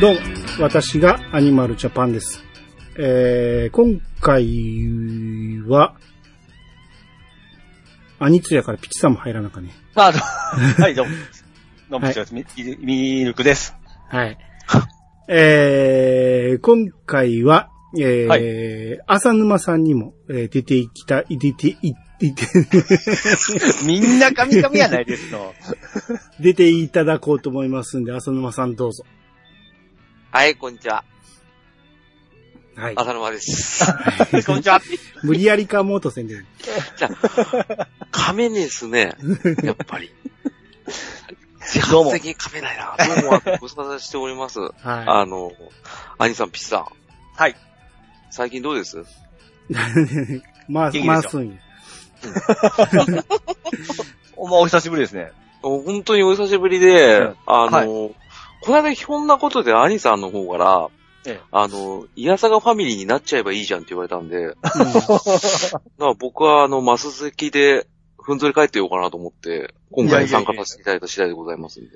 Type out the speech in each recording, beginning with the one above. どうも、私がアニマルジャパンです。えー、今回は、アニツやからピチさんも入らなかね。まあ、あのはい、どうも。どうも、こちらですみミルクです。はい。 えー、今回は、えー、は浅沼さんにも、えー出ていきたい、出てい、出て、みんな神々やないですの。出ていただこうと思いますんで、浅沼さんどうぞ。はい、こんにちは。はい。浅沼です。こんにちは。無理やりかもうとせんでる。噛めねえっすね。 やっぱり。自どうも発的に噛めないな。どうも、ご無沙汰しております。はあの、兄さん、ピッさん。はい。最近どうですい。 まあ、元気でしょまあ、すんや。おまあ、お久しぶりですね。本当にお久しぶりで、うんあの、はいこの間ひょんなことで兄さんの方から、ええあの、イヤサガファミリーになっちゃえばいいじゃんって言われたんで、だかうら僕はあの、マス好きで、ふんぞり返ってようかなと思って、今回参加させていただいた次第でございますんで。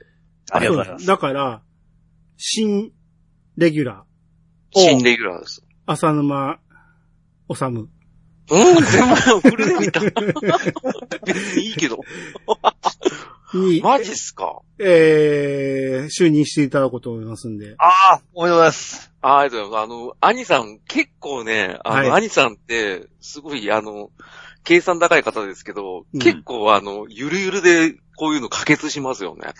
ありがとうございまんす。だから、新、レギュラー。お新レギュラーです。浅沼、治む。 うん、全部フルで見た。別にいいけど。に、マジっすかえー、就任していただこうと思いますんで。ああ、おめでとうございます。あありがとうございます。あの、アニさん、結構ね、あの、はアニさんって、すごい、あの、計算高い方ですけど、うん結構、あの、ゆるゆるで、こういうの可決しますよね。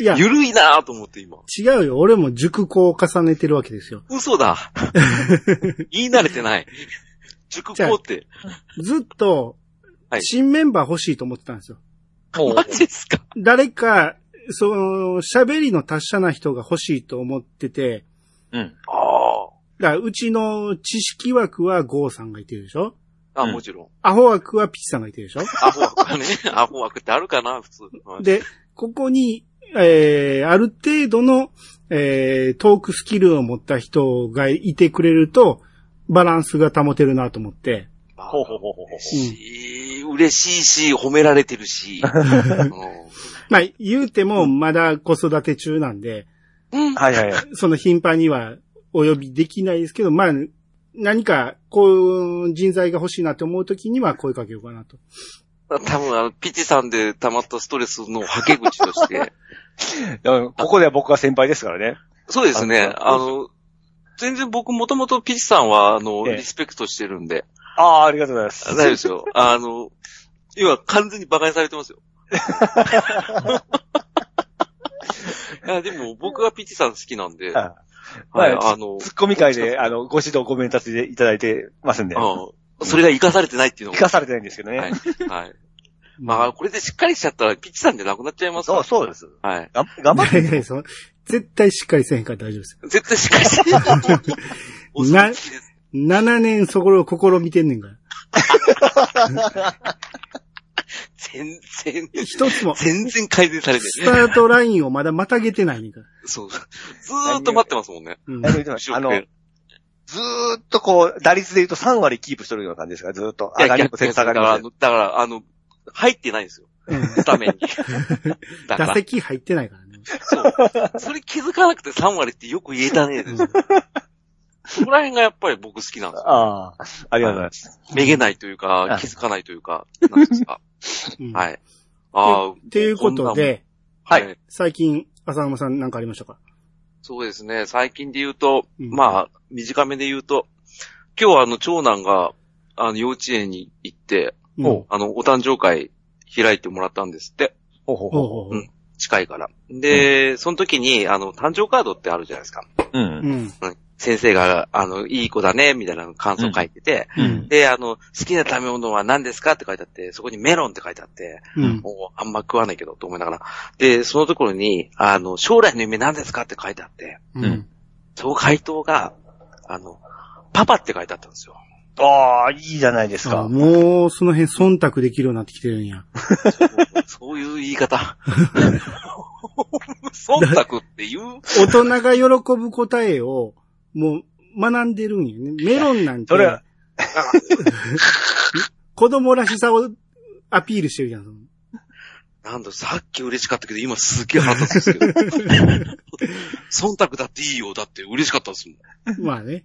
いや、違ゆるいなぁと思って、今。うよ。俺も熟考を重ねてるわけですよ。嘘 だ。言い慣れてない。塾校って。ずっとは、い新メンバー欲しいと思ってたんですよ。おマジっすか誰か、その、喋りの達者な人が欲しいと思ってて、うん。ああ。だからうちの知識枠はゴーさんがいてるでしょあ、うんもちろん。アホ枠はピチさんがいてるでしょアホ枠 はね、アホ枠ってあるかな、普通。はいで、ここに、えー、ある程度の、えー、トークスキルを持った人がいてくれると、バランスが保てるなと思って。ほうほうほうほうほう。し、嬉しいし、褒められて るし。まあ、言うても、まだ子育て中なんで、うん。はいはいはい。その頻繁にはお呼びできないですけど、まあ、何か、こう、人材が欲しいなと思うときには声かけようかなと。多分、あの、ピチさんで溜まったストレスの吐け口 として。うんここでは僕が先輩ですからね。そうですね。ああの、全然僕もともとピチさんは、あの、ええリスペクトしてるんで。ああ、ありがとうございます。大丈夫ですよ。あの、今完全に馬鹿にされてま すよ。いや、でも僕がピチさん好きなんはで。いはい、まああの、ツッコミ会で、あの、ご指導ご鞭達いただいてますんで、うんそれが生かされてないっていうの聞が。かされてないんですけどね。はい。はい。まあ、これでしっかりしちゃったら、ピッチさんじゃなくなっちゃいますかそう、ら。そうです。はい。がん 頑い張やって。いやいやその絶対しっかりせんから大丈夫です。絶対しっかりしないと。お墨付きです7年そこを試みてんねんから。全然、一つ も、全然改善されてスない。タートラインをまだまたげてないねんから。そう。ずーっと待ってますもんね。うんあの言ってましたあの、ずーっとこう、打率で言うと3割キープしとるような感じですから、ずーっと。上いやがいやりも下がりだからもあの、だから、あの、入ってないんですよ。うんスタメン に。だか打ら、席入ってないからね。そう。それ気づかなくて3割ってよく言えたねえですよ。そこら辺がやっぱり僕好きなんですよ。ああ、ありがとうございます。めげないというかあ、気づかないというか、なんですか。うんはい。ああ、っていうことで、ははいい。最近、浅沼さん何かありましたかそうですね。最近で言うと、うんまあ、短めで言うと、今日はあの、長男が、あの、幼稚園に行って、うんおうあの、お誕生会開いてもらったんですって、ほうほうほおうおううん近いから。で、その時に、あの、誕生カードってあるじゃないですか。う。う。うんん。うん先生が、あの、いい子だね、みたいな感想書いてて、うん。で、あの、好きな食べ物は何ですかって書いてあって、そこにメロンって書いてあって、うん。もうあんま食わないけど、と思いながら。で、そのところに、あの、将来の夢何ですかって書いてあって、うん。その回答が、あの、パパって書いてあったんですよ。ああ、いいじゃないですあか。もう、その辺忖度できるようになってきてるんや。そういう言い方。忖度って言う大人が喜ぶ答えを、もう、学んでるんやね。メロンなんてそ れは、子供らしさをアピールしてるじゃん。なんだ、さっき嬉しかったけど、今すげえ腹立つんですけど。忖度だっていいよ。だって嬉しかったですもん。まあね。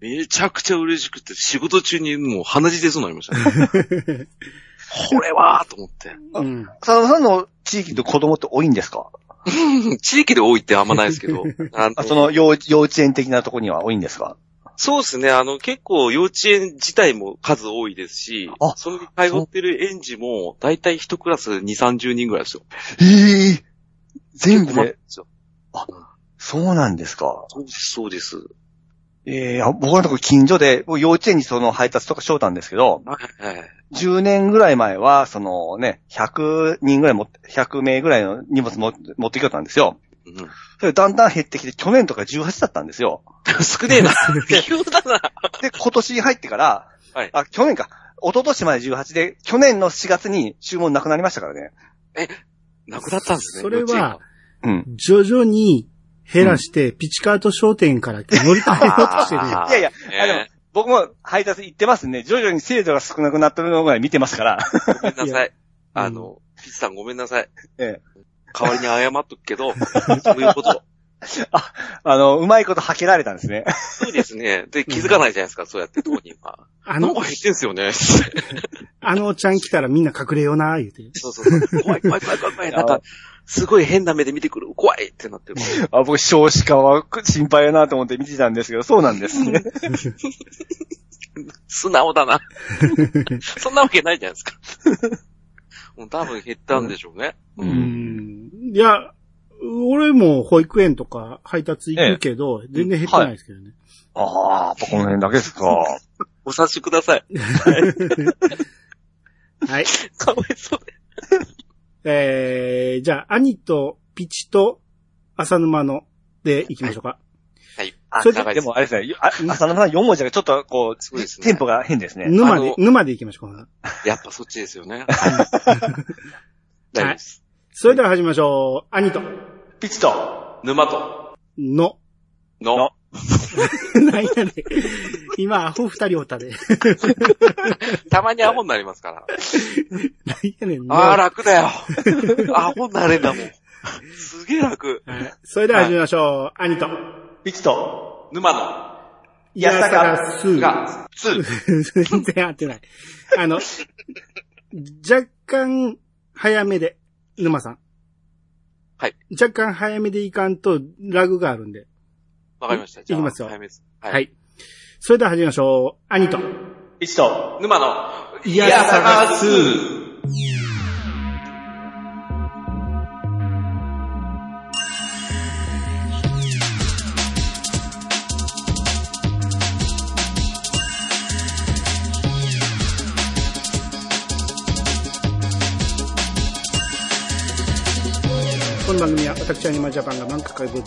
めちゃくちゃ嬉しくて、仕事中にもう鼻血出そうになりましたね。これはーと思って。うん。佐野さんの地域の子供って多いんですか地域で多いってあんまないですけど。あのあその幼幼稚園的なとこには多いんですかそうですね。あの、結構幼稚園自体も数多いですしあ、その通ってる園児も、だいたい一クラス2、30人ぐらいですよ。ええ全部困るで、んですよそうなんですか。そうです、そうです。ええ僕のとこ近所で、僕幼稚園にその配達とかしようたんですけど、はいはいはい。 10年ぐらい前は、そのね、100人ぐらいも、100名ぐらいの荷物も持ってきよったんですよ。うん、それだんだん減ってきて、去年とか18だったんですよ。 少ねえな。微妙だな。 で、今年に入ってから、はいあ、去年か。一昨年まで18で、去年の4月に注文なくなりましたからね。なくなったんですね。それは幼稚園がうん。徐々に減らして、ピチカート商店から乗り換えようとしてね。あーいやいや、あでもね僕も配達行ってますんで、徐々に精度が少なくなってるのぐらい見てますから。 えごめんなさい。やあの、ピッツさんごめんなさい。え代わりに謝っとくけど、そういうこと。あの、うまいこと吐けられたんですね。 そうですね。で、気づかないじゃないですか、そうやって当人は。ああのの子、言ってんすよね。あのおっちゃん来たらみんな隠れような、言うて。そうそうそう。怖い怖い怖い怖い怖い。なんか、すごい変な目で見てくる。怖いってなってる。あ僕、少子化は心配やなと思って見てたんですけど、そうなんですね。素直だな。そんなわけないじゃないですか。もう多分減ったんでしょうね。うう。ん。いや、俺も保育園とか配達行くけど、全然減ってないですけどね。ああ、やっぱこの辺だけですか。お察しください。はい。かわいそうで。えー、じゃあ、兄とピチと浅沼ので行きましょうか。はい。あ、それで長いでもあれですね、よあ浅野さん4文字がちょっとこそうですう、ねテン。ポが変ですね。沼あでの、沼で行きましょうか。やっぱそっちですよね。はい。大丈夫です。それでは始めましょう。兄とピチと。沼と、の。 のの、なんやね。今、アホ二人おったで。 たまにアホになりますから。なんやねん。のああ、楽だよ。アホになれんだもん。すげえ楽。はいそれでは始めましょう。兄と。ピチと。沼の、やさがすー。が、ツ ー。全然合ってない。あの、若干早めで、沼さん。はい。若干早めでいかんと、ラグがあるんで。わかりました。じゃあいきますよ早めですは。はいい。それでは始めましょう。兄と。ピチと。沼の、いや探すこの番組は私アニマジャパンが漫画家で、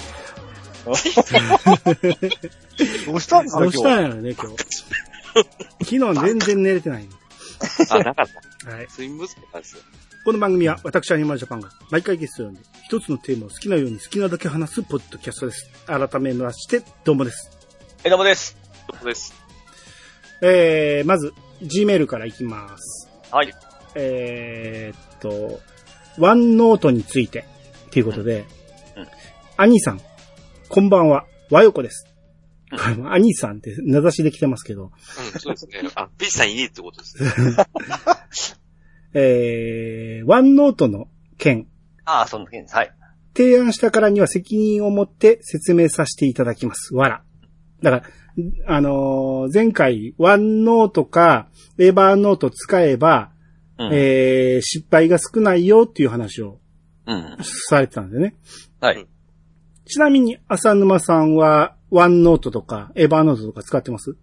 どうしたんですどか、うした今んやろね、 今日。昨日全然寝れてない。あ、なかった。はい。睡眠不足なんですよ。この番組は私アニマルジャパンが毎回ゲストを呼んで一つのテーマを好きなように好きなだけ話すポッドキャストです。改めまして、どうもです。日。どうもです。そうです。えー、まず、Gmail からいきます。はい。えーっと、ワンノートについてっていうことで、うんうん兄さん、こんばんは、和よこです。うんこれも兄さんって名指しできてますけど、うん、そうですね。あ、ピッチさんいいってことですね。えー、ワンノートの件、ああ、その件です。はい。提案したからには責任を持って説明させていただきます。わら。だから、あのー前回、ワンノートか、エバーノート使えば、うんえー失敗が少ないよっていう話をうん。されてたんでね。はい。ちなみに、浅沼さんは、ワンノートとか、エバーノートとか使ってます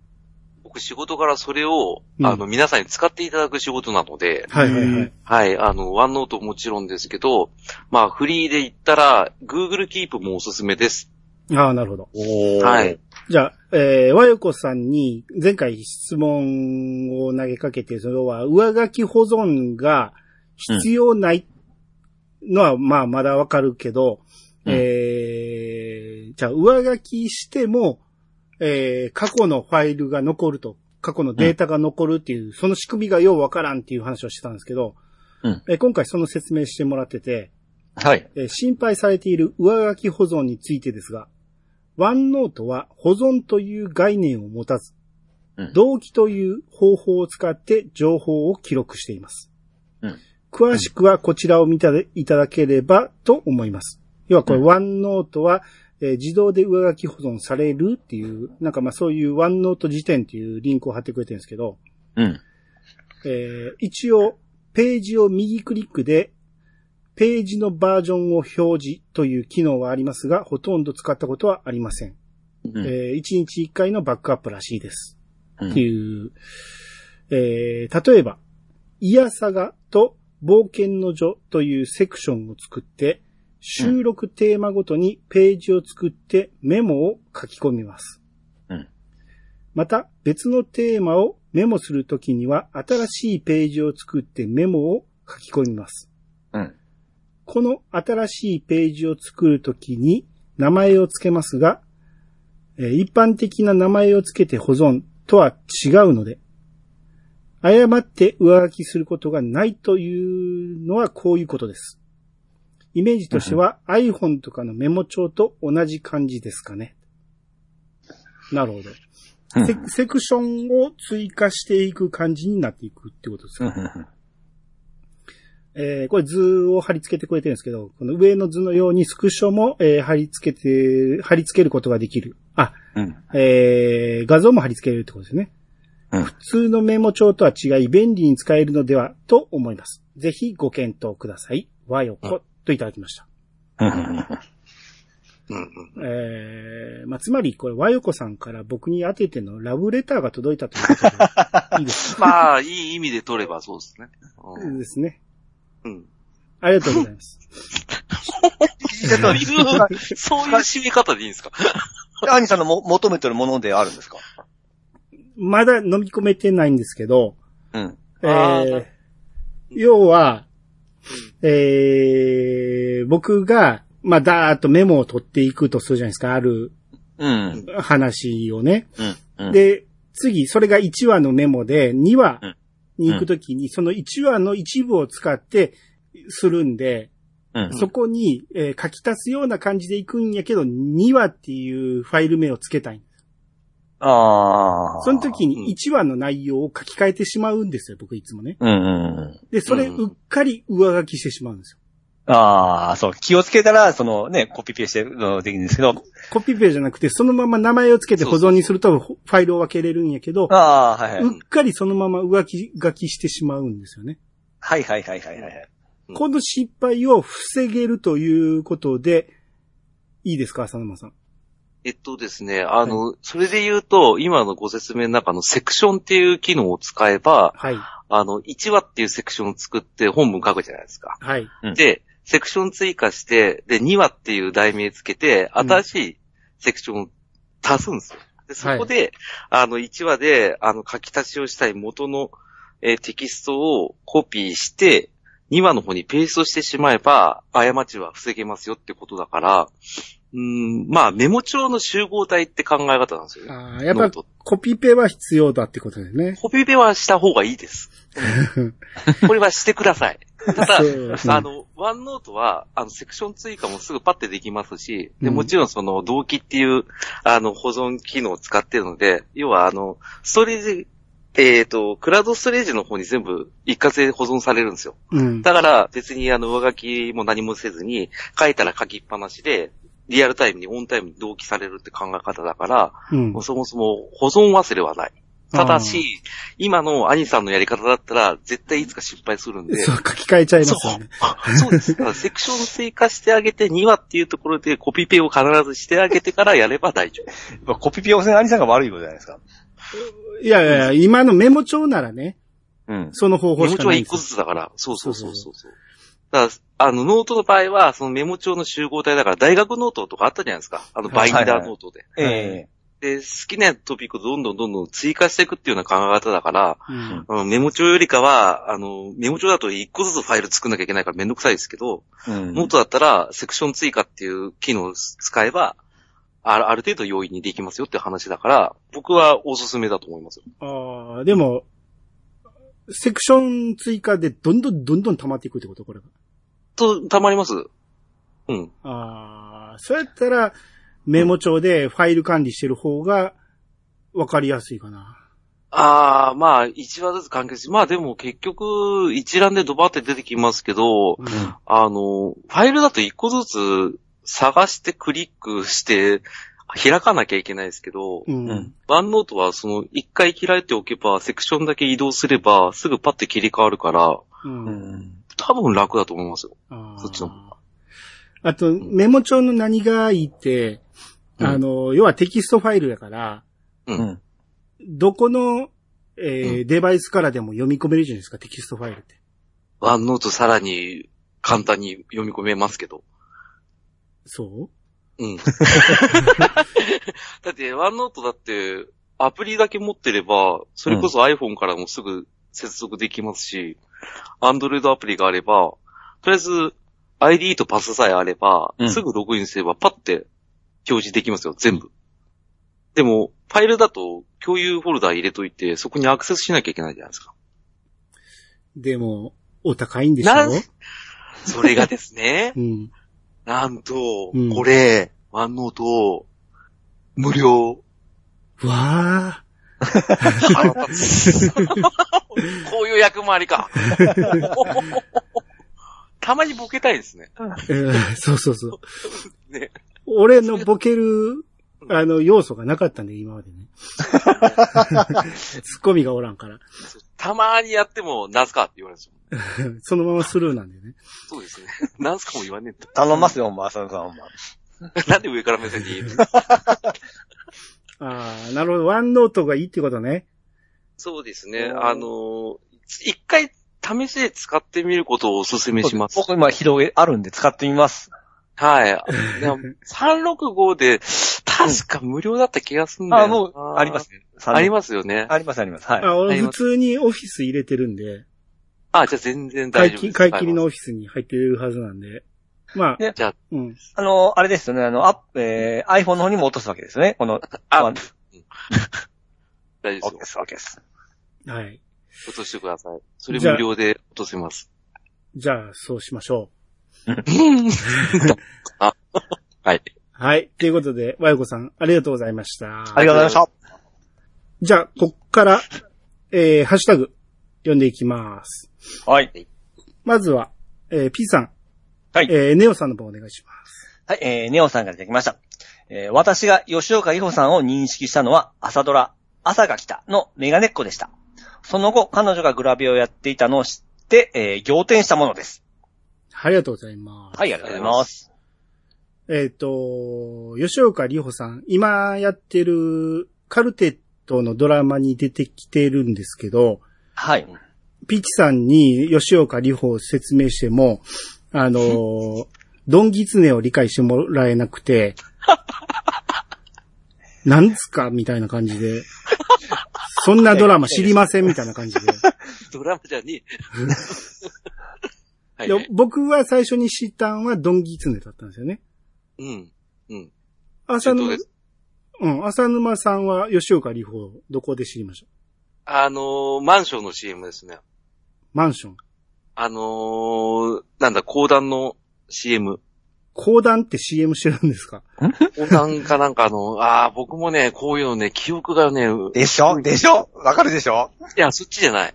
僕仕事からそれを、うんあの、皆さんに使っていただく仕事なので、はいはいはい。はい、あの、ワンノートもちろんですけど、まあ、フリーで言ったら、Google Keep もおすすめです。ああ、なるほど。おはい。。じゃあ、えー、和よこさんに前回質問を投げかけて、それは上書き保存が必要ないのは、まあまだわかるけど、うんえー、じゃあ上書きしても、えー、過去のファイルが残ると、過去のデータが残るっていう、その仕組みがようわからんっていう話をしてたんですけど、うんえー今回その説明してもらってて、はい。えー心配されている上書き保存についてですが、ワンノートは保存という概念を持たず、うん同期という方法を使って情報を記録しています。うん詳しくはこちらを見たでいただければと思います。要はこれ、うんワンノートは、えー自動で上書き保存されるっていう、なんかまあそういうワンノート辞典っていうリンクを貼ってくれてるんですけど、うん。えー一応、ページを右クリックで、ページのバージョンを表示という機能はありますが、ほとんど使ったことはありません。うんえー一日一回のバックアップらしいです。うんっていう、えー例えば、イヤサガと冒険の女というセクションを作って、収録テーマごとにページを作ってメモを書き込みます。うんまた、別のテーマをメモするときには、新しいページを作ってメモを書き込みます。うん。この新しいページを作るときに名前を付けますが、えー一般的な名前を付けて保存とは違うので、誤って上書きすることがないというのはこういうことです。イメージとしては iPhone とかのメモ帳と同じ感じですかね。なるほど。うんセセクションを追加していく感じになっていくってことですうか、んうんえーこれ図を貼り付けてくれてるんですけど、この上の図のようにスクショも、えー貼り付けて、貼り付けることができる。あ、うん。えー画像も貼り付けれるってことですね。うん普通のメモ帳とは違い、便利に使えるのではと思います。ぜひご検討ください。和よこ、といただきました。うんうんうんうん。えー、まあ、つまりこれ和よこさんから僕に宛ててのラブレターが届いたということで、 いいです。まあ、いい意味で取ればそうですね。うんですね。うん。ありがとうございます。そういう締め方でいいんですかアニさんのも求めてるものであるんですかまだ飲み込めてないんですけど、うん。えあーー、要は、えー、僕が、まあ、だーっとメモを取っていくとするじゃないですか、あるうん。話をね。うん。うん、で、次、それが1話のメモで、2話うんに行くときに、その1話の一部を使って、するんで、うん。そこに、えー書き足すような感じで行くんやけど、2話っていうファイル名をつけたい。ああ。その時うんに1話の内容を書き換えてしまうんですよ、僕いつもね。うんうんうん。で、それ、うんうっかり上書きしてしまうんですよ。ああ、そう。気をつけたら、そのね、コピペしてるのできるんですけど。コピペじゃなくて、そのまま名前をつけて保存にするとファイルを分けれるんやけど、。ああ、はいはいうっかりそのまま上書き書きしてしまうんですよね。はいはいはいはいはい。うんこの失敗を防げるということで、いいですか、浅沼さん。えっとですね、あの、それで言うと、今のご説明の中のセクションっていう機能を使えば、はい。あの、1話っていうセクションを作って本文書くじゃないですか。はい。うんで、セクション追加して、で、2話っていう題名つけて、うん新しいセクションを足すんですよ。で、そこで、あの、1話で、あの、書き足しをしたい元の、えーテキストをコピーして、2話の方にペーストしてしまえば、過ちは防げますよってことだから、うーん、まあ、メモ帳の集合体って考え方なんですよね。ああ、やっノーぱトコピペは必要だってことだよね。コピペはした方がいい です。これはしてください。ただ、そうあの、ワンノートは、あの、セクション追加もすぐパッてできますし、で、うんもちろんその、動機っていう、あの、保存機能を使ってるので、要はあの、ストレージ、えっ、と、クラウドストレージの方に全部一括で保存されるんですよ。うん。だから、別にあの、上書きも何もせずに、書いたら書きっぱなしで、リアルタイムにオンタイムに同期されるって考え方だから、うんもうそもそも保存忘れはない。ただし、今の兄さんのやり方だったら、絶対いつか失敗するんで、そう、書き換えちゃいますそうよね。。 そうです。だからセクション追加してあげて、2話っていうところでコピペを必ずしてあげてからやれば大丈夫。まあコピペ汚染アニさんが悪いことじゃないですか。いやいやいや、今のメモ帳ならね、うん。その方法メしモか帳なはいん1です個よ。ずつだから。そうそうそうそそうそう。だから、あの、ノートの場合は、そのメモ帳の集合体だから、大学ノートとかあったじゃないですか。あの、バインダーノートで。ええで、好きなトピックをどんどんどんどん追加していくっていうような考え方だから、うんあのメモ帳よりかは、あの、メモ帳だと1個ずつファイル作んなきゃいけないからめんどくさいですけど、うん。ノートだったら、セクション追加っていう機能を使えば、あるある程度容易にできますよって話だから、僕はおすすめだと思いますよ。ああ、でも、セクション追加でどんどんどんどん溜まっていくってことこれが。と、たまります。うん。ああ、そうやったら、メモ帳でファイル管理してる方が、わかりやすいかな。ああ、まあ、一話ずつ完結し、まあでも結局、一覧でドバって出てきますけど、うんあの、ファイルだと一個ずつ探してクリックして開かなきゃいけないですけど、うん。うんワンノートはその一回開いておけば、セクションだけ移動すれば、すぐパッて切り替わるから、うんうん。多分楽だと思いますよ。あーそっちのあと、メモ帳の何がいいって、うんあの、要はテキストファイルやから、うん。どこの、えーデバイスからでも読み込めるじゃないですか、テキストファイルって。ワンノートさらに簡単に読み込めますけど。そううん。だって、ワンノートだって、アプリだけ持ってれば、それこそ iPhone からもすぐ接続できますし、Android アプリがあれば、とりあえず ID とパスさえあれば、うんすぐログインすればパッて表示できますよ、全部。でも、ファイルだと共有フォルダ入れといて、そこにアクセスしなきゃいけないじゃないですか。でも、お高いんでしょ、なんそれがですね うん。なんとうん、これ、ワンノート、無料。うわあ。 腹立つこういう役回り か。たまにボケたいですね。えーそうそうそう。 ね。俺のボケる、あの、要素がなかったんで、今まで ね。ツッコミがおらんから。たまにやっても、なんすかって言われますよ。そのままスルーなんでね。そうですね。 なんすかも言わねえ頼ますよ、お前、浅野さん、お前。と。 なんで上から目線に。ああ、なるほど。ワンノートがいいってことね。そうですね。あのー、一回試しで使ってみることをお勧めします。僕今広げ、あるんで使ってみます。はい。でも365で、確か無料だった気がするんだよなあもうあります。ありまますよね。あります、あります。は い。あ、俺あり普ます通にオフィス入れてるんで、あ、じゃあ全然大買い丈夫で切す。買い切りのオフィスに入ってるはずなんで。まあ、ねじゃあうん。あの、あれですよね、あの、アップ、えー、iPhone の方にも落とすわけですよね。この、あワン大丈オッケー夫でですす、オッケーです。はい。よ。落としてください。それじゃあ無料で落とせます。じゃあ、そうしましょう。はい。はい。ということで、和洋子さん、ありがとうございました。ありがとうございました。じゃあ、こっから、えー、ハッシュタグ、読んでいきます。はい。まずは、えー、P さん。はいえー、ネオさんの方お願いします。はい、えー、ネオさんからいただきました。えー、私が吉岡里帆さんを認識したのは、朝ドラ、朝が来たのメガネっ子でした。その後、彼女がグラビアをやっていたのを知って、えー、仰天したものです。ありがとうございます。はい、ありがとうございます。えっ、と、吉岡里帆さん、今やってるカルテットのドラマに出てきてるんですけど、はい。ピチさんに吉岡里帆を説明しても、あのー、ドンギツネを理解してもらえなく て、なんですかみたいな感じで。そんなドラ マ知りませんみたいな感じで。ドラマじゃねえ。はい、で僕は最初に知ったんはドンギツネだったんですよね。うん。うん。浅どう沼で、すうん、浅沼さんは吉岡里帆、どこで知りましたあのー、マンションの CM ですね。マンション。あのー、なんだ、講談の CM。講談って CM してるんですか講談かなんかあの、ああ、僕もね、こういうのね、記憶がね、いでしょでしょわかるでしょや、そっちじゃない。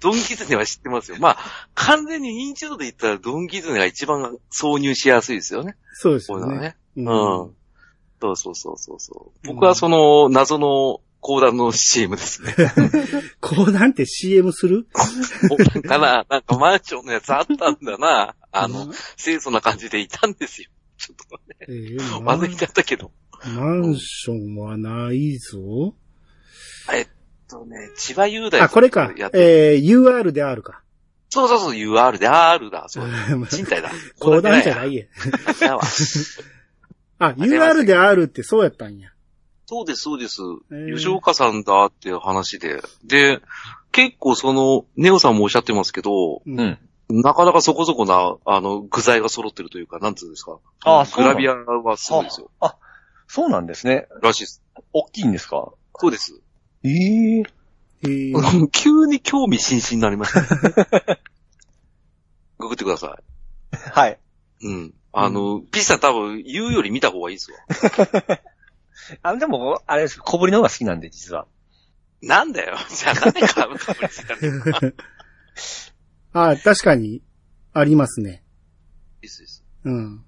ドンキズネは知ってますよ。まあ、完全に認知度で言ったらドンキズネが一番挿入しやすいですよね。そうですこういようのはね。ね。ううん。そうそうそうそうそう。僕はその、謎の講談の CM で すね。講談って CM するなんかな、なんかマンションのやつあったんだな。あの、、清楚な感じでいたんですよ。ちょっえーと、まずいだったけど。マンションはないぞ。そうね、千葉雄大あ、これか。やっえー、UR で R か。そうそうそう、UR で R だ。そう。 賃貸だ。。講談じゃないいえ。だわあ、りませ UR んで R ってそうやったんや。そうです、そうです。ー吉岡さんだっていう話で。で、結構その、ネオさんもおっしゃってますけど、うう。ん。なかなかそこそこな、あの、具材が揃ってるというか、なんつうんですか。あーそグうなラのビアはすごいですよ。あ、そうなんですね。らしいです。大きいんですかそうです。えええー、 急に興味津々になりました。ググってくださはい。い。うん。あの、ピッチさん多分言うより見た方がいいですわ。あ、でも、あれです、小ぶりの方が好きなんで、実は。なんだよ。じゃあなんでかぶったり したんですかあ確かに、ありますね。ですですうん。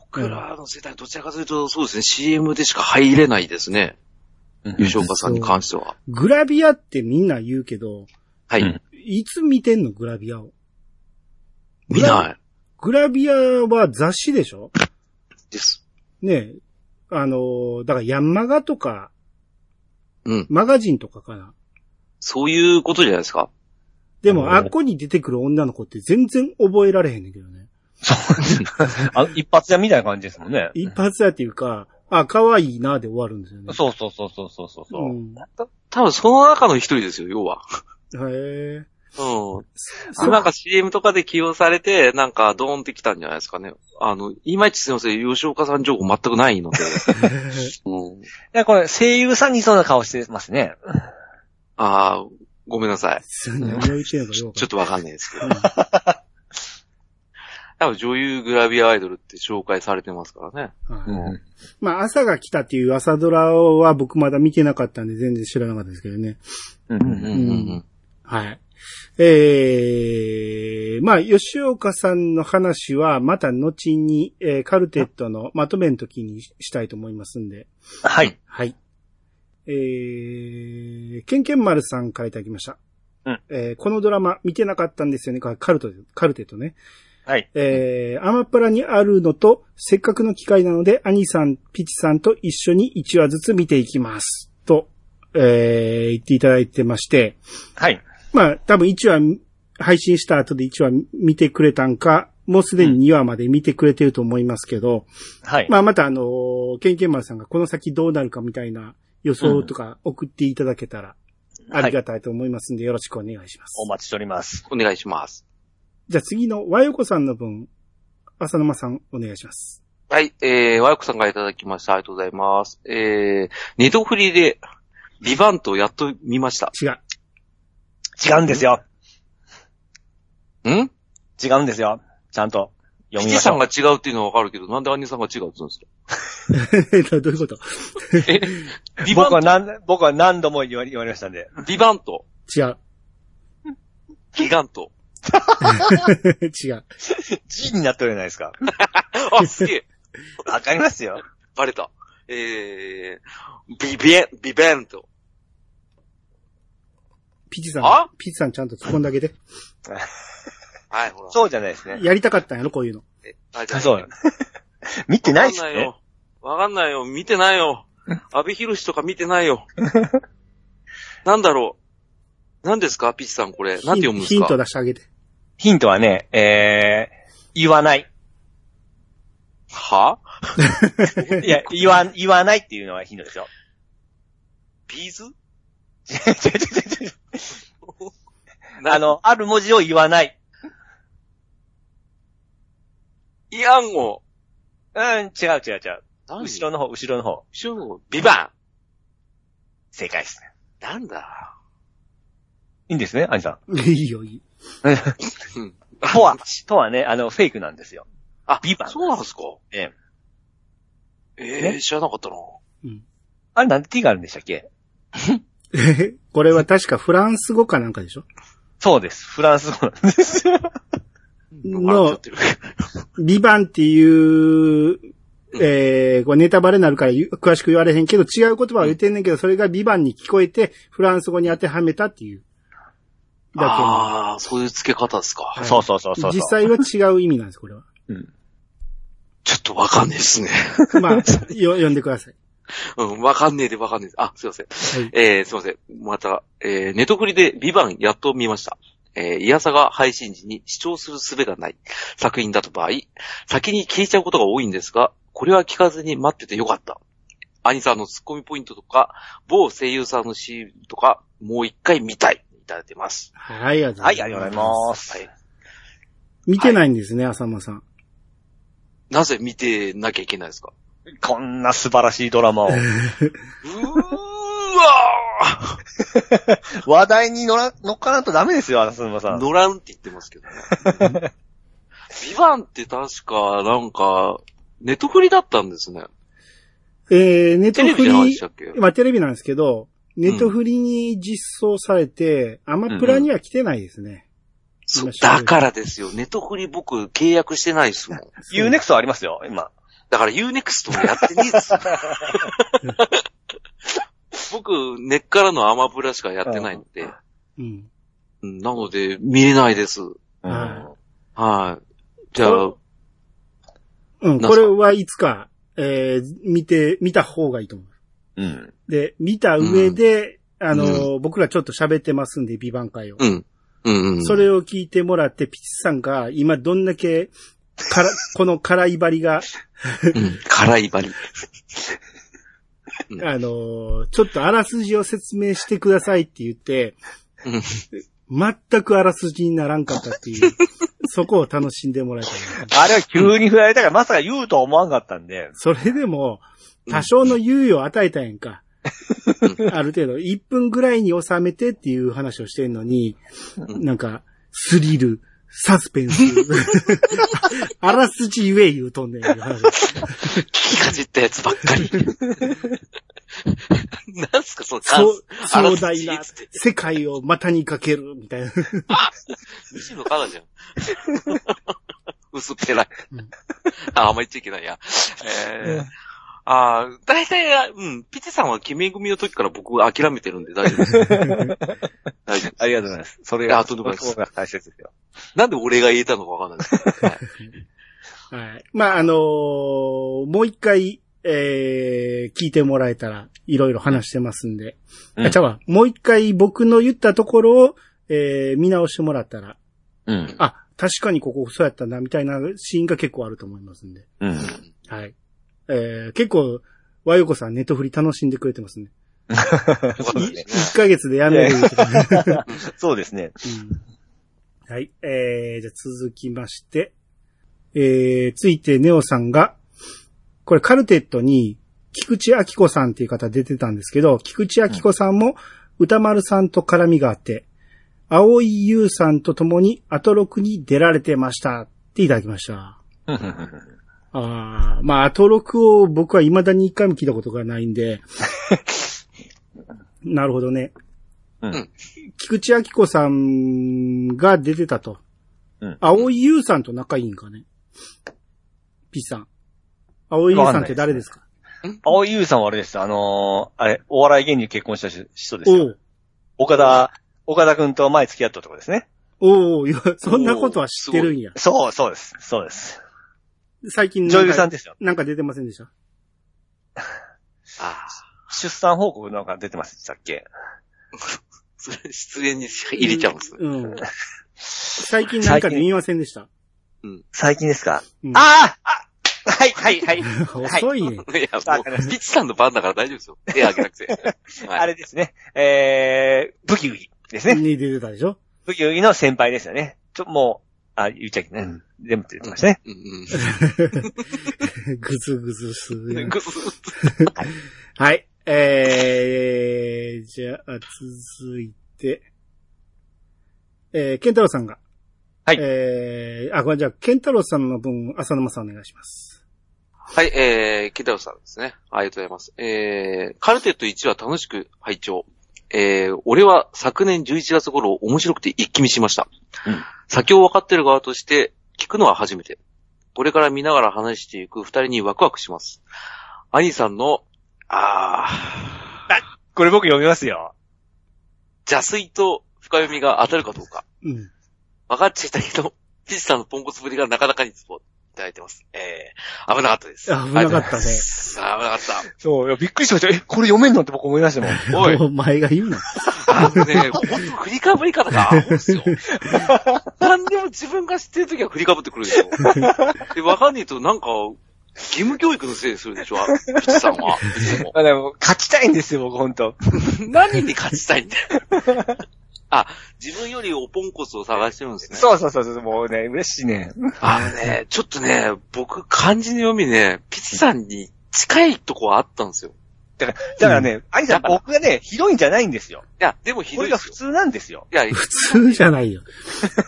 僕らの世代、どちらかというと、そうですね、CM でしか入れないですね。うん優勝家さんに関しては。グラビアってみんな言うけど、はい。うんいつ見てんのグラビアを。見ないグラビアは雑誌でしょです。ねえ。あのーだからヤンマガとか、うん。マガジンとかかな。そういうことじゃないですか。でうんも、あっこに出てくる女の子って全然覚えられへんねんけどね。 あの一発屋みたいな感じですもんね。一発やっていうか、あ、可愛いなで終わるんですよね。そうそうそうそうそうそうそう、うん多分その中の一人ですよ、要は。へえ。うん。そう なんか CM とかで起用されて、なんかドーンってきたんじゃないですかね。あの、いまいちすいません、吉岡さん情報全くないの で。うん、いや、これ、声優さんにいそうな顔してますね。ああ、ごめんなさい。何を言ってんのかちよょくちょわっとわかんないですけど。か多分女優グラビアアイドルって紹介されてますからね。らんない。はいうんまあ、朝が来たっていう朝ドラは僕まだ見てなかったんで全然知らなかったですけどね。ううんうんん。うん。はい。ええまあ、吉岡さんの話はまた後に、えーカルテットのまとめの時にしたいと思いますんで。はい。はい。えー、ケンケン丸さんからいただきました。うんえーこのドラマ見てなかったんですよね。カルト、カルテとね。はい。えー、アマプラにあるのと、せっかくの機会なので、兄さん、ピチさんと一緒に1話ずつ見ていきます。と、えー、言っていただいてまして、はい。まあ、多分1話、配信した後で1話見てくれたんか、もうすでに2話まで見てくれてると思いますけど、は い。まあ、またあのーケンケンマンさんがこの先どうなるかみたいな予想とか送っていただけたら、ありがたいと思いますんで、よろしくお願いします。お待ちしております。お願いします。じゃあ次の和横さんの分、浅沼さんお願いします。はい、えー、ワイコさんからいただきました。ありがとうございます。えー、二度振りで、ビバントやっと見ました。違う。 違うんですよ。ん違うんですよ。ちゃんと読みピチましさょんう。が違うっていうのはわかるけど、なんで兄さんが違うって言うんですかえっとどういうことえビバ僕はント、何、僕は何度も言わ言われましたんで。ビバント、違う。 ギガント。違う。 G になってるじゃないですか。あ、すげえ。わかりますよ。バレた。えー、ビビエ、ビベント。ピチさんあ、ピチさんちゃんと突っ込んであげて。はい、ほら。そうじゃないですね。やりたかったんやろ、こういうの。はいそう。。見てないっすわかんないね。よ。わかんないよ。見てないよ。安倍博士とか見てな いよ。なんだろう。何ですかピチさんこれ。なんて読むんですヒントか出してあげて。 ヒントはね、えー、言わない。は いや、言わ、言わないっていうのはヒント ですよ。ビーズ違う違う違う違うああの、の、ある文字を言わない。イアンゴ。うん、違う違う違う。後ろの。の方、後ろの方。後ろの。ビバ正解ですね。ン。なんだいいんですね、アニさいいよ、い い。うんん。とは、とはね、あの、フェイクなんですよ。あ、ビバンそうなんですかえええ、ね知らなかったな。うん。あれなんで t があるんでしたっけえこれは確かフランス語かなんかでしょそうです。フランス語なんですよ。笑っちゃってる。リバンっていう、えー、これネタバレになるからゆ詳しく言われへんけど、違う言葉を言ってんねんけど、それがビバンに聞こえて、フランス語に当てはめたっていう。だああ、そういう付け方ですか。はいそうそうそうけそのう。実際は違う意味なんです、これは。うん。ちょっとわかんねえですね。まあ、よ、 読んでください。うん、わかんねえでわかんねえで。あ、すいません。はい。えー、すいません。また、えー、ネトフリでビバンやっと見ました。えー、イヤサが配信時に視聴する術がない作品だと場合、先に聞いちゃうことが多いんですが、これは聞かずに待っててよかった。アニさんのツッコミポイントとか、某声優さんのシーンとか、もう一回見たい。いただいてます。はい、ありはい、ありがとうございます。はい。す。見てないんですね、浅間さん。なぜ見てなきゃいけないですかこんな素晴らしいドラマを。うーわー話題に乗ら、乗っからんとダメですよ、浅沼さん。ノランって言ってますけどね。 ビバンって確か、なんか、ネットフリだったんですね。えー、ネットテレフビじゃないでリした、っけまあテレビなんですけど、ネットフリに実装されて、アマプラには来てないですね。そうだからですよ。ネットフリ僕契約してないです もん。ユーネクストありますよ、今。だから UNEXT もやってねえ ですよ。僕、根っからのアマプラしかやってないんで。うん。うんなので、見えないです。うははい。じゃあ、うん、これはいつか、えー、見て、見た方がいいと思うん。う。で、見た上で、あのー、僕らちょっと喋ってますんで、ビバン会を。うん。うんうん。それを聞いてもらって、ピチさんが今どんだけ、 から、この辛いバリが、うん辛いバリ。あのーちょっとあらすじを説明してくださいって言って、うん全くあらすじにならんかったっていう、そこを楽しんでもらいたいな。 あれは急に振られたから、まさか言うとは思わんかったんで。それでも、多少の猶予を与えたやんか。ある程度、1分ぐらいに収めてっていう話をしてんのに、うんなんか、スリル、サスペンス、 あらすじゆえ言うとんねんいう話。聞きかじったやつばっか り。なんすか、その感そう想、壮大あならすじっつって世界を股にかける、みたいな。西野カナじゃん。薄っぺらいうん。あ、あんま言っちゃいけないや。えーあー大体、うん、ピチさんは決め組の時から僕諦めてるんで大丈夫です。 大丈夫ですありがとうございます。それいが、やとんでもないですそこが大切ですよ。なんで俺が言えたのかわかんないですけど。はいはい。まあ、あのーもう一回、えー、聞いてもらえたら、いろいろ話してますんで。うんあ、ちゃうわ。もう一回僕の言ったところを、えー、見直してもらったら、うん。あ、確かにここそうやったな、みたいなシーンが結構あると思いますんで。うん。はい。えー、結構、和洋子さんネットフリ楽しんでくれてますね。そうですね1ヶ月でや める言うてた。 そうですね。うんはい。えー、じゃあ続きまして。えー、ついてネオさんが、これカルテットに、菊池明子さんっていう方出てたんですけど、菊池明子さんも歌丸さんと絡みがあって、青井優さんと共にアトロクに出られてましたっていただきました。あーまあ、アトロクを僕は未だに一回も聞いたことがないん で。なるほどね。うん菊池明子さんが出てたと。うん青井優さんと仲いいんかね。ピッさん。青井優さんって誰ですか青井優さんはあれです。あのーあれ、お笑い芸人結婚した人ですおよ。う岡田、岡田くんと前付き合ったとこですね。おういやそんなことは知ってるんや。そう、そうです。そうです。最近女なん優さかんですよ。なんか出てませんでしたああ、出産報告なんか出てましたっけそれ失恋に入れちゃうんですね。うん。最近なんかで見ませんでした。最近ですか、うんあああはい、はい、はい。 遅いね。いや、もう、ピッチさんの番だから大丈夫ですよ。手挙げなくて。はいあれですね。えー、ブキウギですね。に出てたでしょブキウギの先輩ですよね。ちょ、もう、あ、言っちゃいけない。うん全部って言ってましたね。うんぐずぐずするうや ん。 んぐずーっとはい。えー、じゃあ、続いて。えー、ケンタロウさんが。はいえー、あ、これじゃあ、ケンタロウさんの分、浅沼さんお願いします。はい、えー、ケタロウさんですね。ありがとうございます。えー、カルテット1は楽しく拝聴。えー、俺は昨年11月頃面白くて一気見しました。うん先を分かってる側として聞くのは初めて。これから見ながら話していく二人にワクワクします。アニさんの、あー、これ僕読みますよ。邪推と深読みが当たるかどうか。うん。分かっていたけど、ピッチさんのポンコツぶりがなかなかにツボいただいてます。えー、危なかったです。あ危なかったねありがとうございますあ危そう、いやびっくりしました。え、これ読めんのって僕思いましたもん。なかった。おい、お前が言うな。あのね、ほんと振りかぶり方がアホっすよ。何でも自分が知ってるときは振りかぶってくるでしょ。で、わかんねえとなんか、義務教育のせいにするでしょ、あピッチさんは。いつもあでも勝ちたいんですよ、僕本当何に勝ちたいんだよ。あ、自分よりおポンコツを探してるんですね。そうそうそうそう、もうね、嬉しいね。あのね、ちょっとね、僕、漢字の読みね、ピッチさんに近いとこはあったんですよ。だから、だからね、兄さん、僕がね、ひどいんじゃないんですよ。いや、でもひこどれいでがす普よ。通なんですよ。いや、普通じゃないよ。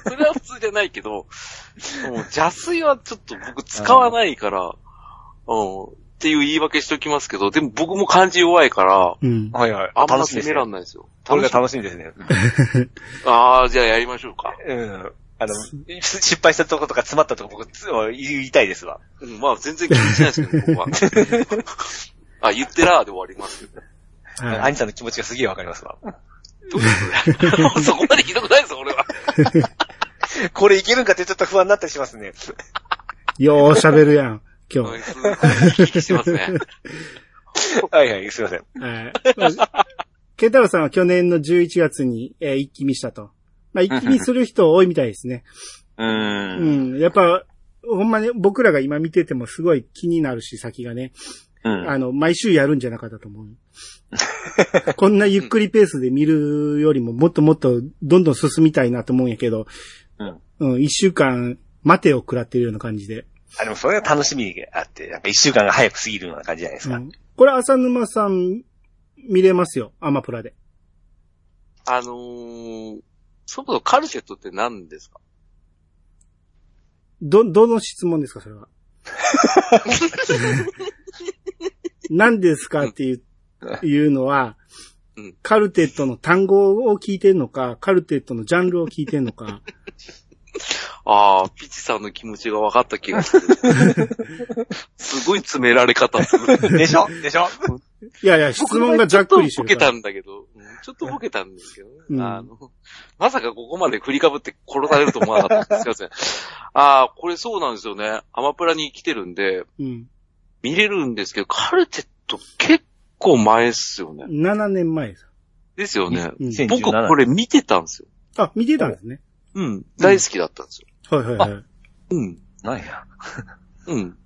それは普通じゃないけど、もう邪水はちょっと僕使わないから、うん、っていう言い訳しておきますけど、でも僕も漢字弱いから、うん。はいはい。あんま楽しいで攻すめらね。んないですよ。これが楽楽ししみですね。いああ、じゃあやりましょうか。うん。あの、す失敗したとことか詰まったとこ僕つ言いたいですわ。うん、まあ全然気にしないですけど、僕は。 あ、言ってらーで終わりますけど。はい。兄さんの気持ちがすげえわかりますわ。どういうことだそこまでひどくないですよ、俺は。これいけるんかってちょっと不安になったりします ね。よう喋るやん、今日うん。すごい聞きしてますね。はいはい、すいません。はい。ケンタロウさんは去年の11月に、えー一気見したと。まあ、一気見する人多いみたいですね。ううーん。ん。やっぱ、ほんまに僕らが今見ててもすごい気になるし、先がね。うん。あの、毎週やるんじゃなかったと 思う。こんなゆっくりペースで見るよりも、もっともっとどんどん進みたいなと思うんやけど、うん。うん、一週間、待てを食らってるような感じで。あ、でもそれが楽しみがあって、なんか一週間が早く過ぎるような感じじゃないですうか。ん、これ、浅沼さん、見れますよ。アマプラで。あのー、そもそもカルシェットって何ですかど、どの質問ですか、それ は。何ですかっていう、いうのはうん、カルテットの単語を聞いてんのか、カルテットのジャンルを聞いてんのか、ああ、ピチさんの気持ちが分かった気がする。すごい詰められ方する。でしょでしょいやいや、質問がざっくりして僕はちょっとボケるかたら。んだけど、うんちょっとボケたんですけどね、うんあの、まさかここまで振りかぶって殺されると思わなかったです。すいません。ああ、これそうなんですよね。アマプラに来てるんで、うん。見れるんですけど、カルテット結構前っすよね。 7年前です。ですよね。うん2017僕これ見てたんですよ。あ、見てたんですね。うん。大好きだったんですよ。はいはいはい。うん。なんや。うん。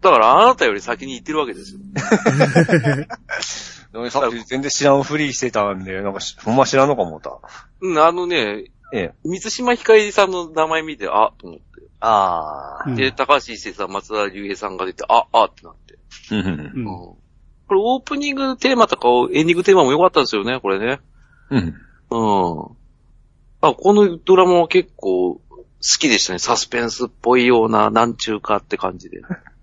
だからあなたより先に行ってるわけですよ。さっき全然知らんふりしてたんで、なんかしほんま知らんのか思った。うん、あのね、ええ。水島ひかりさんの名前見て、あ、と思って。あうあ。んで、高橋一生さん、松田龍平さんが出て、あ、あってなって。うん。うんこれオープニングテーマとかエンディングテーマも良かったんですよね、これね。うん。うん。あ、このドラマは結構好きでしたね。サスペンスっぽいような、なんちゅうかって感じで。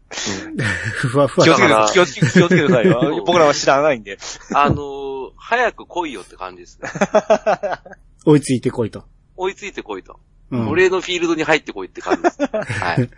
ふわふわ気をつしけててるください。気をつけ気をつけてくださ いそよ。う僕らは知らないんで。あのー早く来いよって感じですね。追いついてこいと。追いついて来いと。うん、俺のフィールドに入ってこいって感 じですね。はい。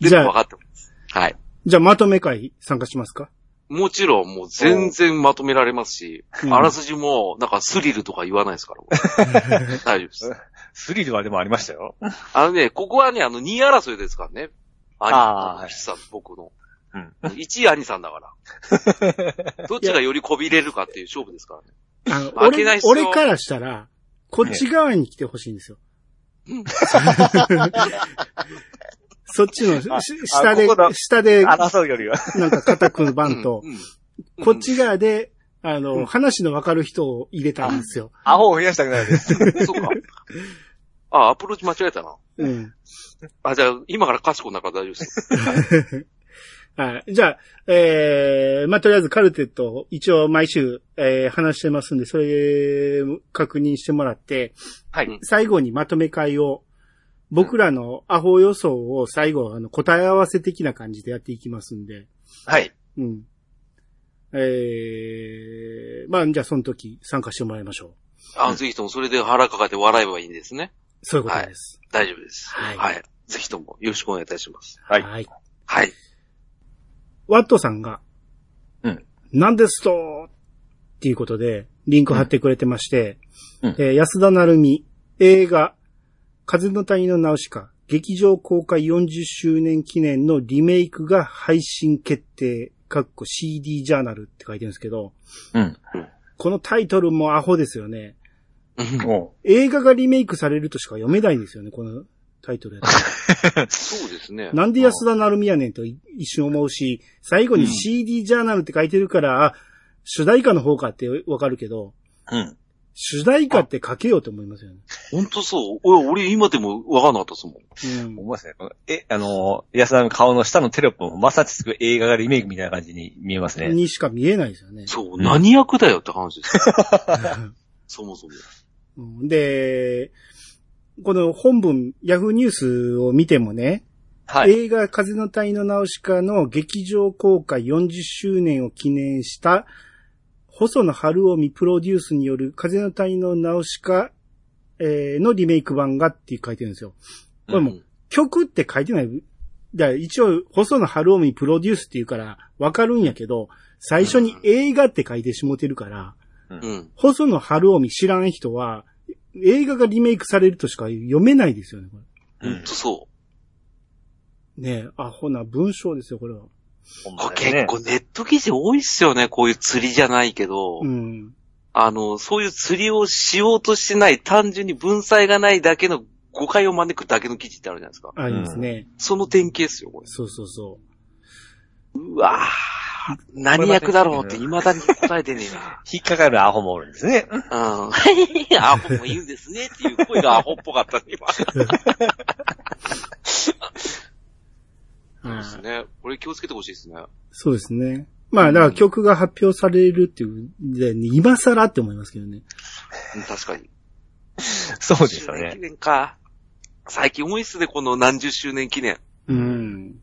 じゃ全あ部分かってます。はい。じゃあまとめ会参加します かもちろん、もう全然まとめられますし、うんあらすじも、なんかスリルとか言わないで すから、僕大丈夫です。スリルはでもありましたよ。あのね、ここはね、あの、2位争いですからね。あー兄さん、僕の。うん。 1位兄さん だから。どっちがよりこびれるかっていう勝負ですからね。あ の負けない俺っすよ俺からしたら、こっち側に来てほしいんですよ。 そっちのしあ下でここだ、下でなん争うよりは。か肩組む番とう、んうんこっち側で、あうんの、話のわかる人を入れたんですよ。アホを増やしたくなるです。うん そうか。あ、アプローチ間違えたな。うん。あ、じゃあ、今から賢くなから大丈夫です。はい。じゃあ、えー、まあ、とりあえずカルテットを一応毎週、えー、話してますんで、それ、確認してもらって、はいうん最後にまとめ会を、僕らのアホ予想を最後、あの、答え合わせ的な感じでやっていきますんで、はい。うん。えー、まあ、じゃあその時参加してもらいましょう。あ、ぜひともそれで腹抱えて笑えばいいんですね。そういうことです。大丈夫です。はいはい。ぜひともよろしくお願いいたします。はいはい。はい。ワットさんが、うん。なんですとっていうことで、リンク貼ってくれてまして、うんえー安田成美、映画、風の谷のナウシカ、劇場公開40周年記念のリメイクが配信決定、かっこ CD ジャーナルって書いてるんですけど、うん。このタイトルもアホですよね。も映画がリメイクされるとしか読めないんですよね、このタイトルやと。そうですね。なんで安田成美やねんとい一瞬思うし、最後に CD ジャーナルって書いてるから、あ主題歌の方かってわかるけど、う。うん。主題歌って書けようと思いますよね。ほんとそう。俺、俺今でもわかんなかったっすもん。うん思いますね。このえ、あのー、安田の顔の下のテロップもまさしく映画がリメイクみたいな感じに見えますね。にしか見えないですよね。そう、何役だよって話ですよ。そもそも。 うんで、この本文、ヤフーニュースを見てもね、はい。映画風の谷のナウシカの劇場公開40周年を記念した、細野晴臣プロデュースによる風の谷のナウシカ、えーのリメイク版がって書いてるんですよ。これもうん曲って書いてない。だから一応、細野晴臣プロデュースって言うからわかるんやけど、最初に映画って書いてしもてるから、うん。細野晴臣知らん人は、映画がリメイクされるとしか読めないですよね、これ。ほんとそねえ、アホな文章ですよ、これは。ほんう。まこですれね結構ネット記事多いっすよね。こういう釣りじゃないけどう。ん。あの、そういう釣りをしようとしてない、単純に文才がないだけの誤解を招くだけの記事ってあるじゃないですか。ありますね。その典型ですよ、これ。そうそうそう。うわぁ、何役だろうって未だに答えてね引っかかるアホもおるんですね。えな。うん。アホもいるんですねっていう声がアホっぽかったね、 今。そうですね。これ気をつけてほしいですね。そうですね。まあ、だから曲が発表されるっていうんで、今更って思いますけどね。うん確かに。そうですよ周年記ね。念か。最近多いっすね、この何十周年記念。うん。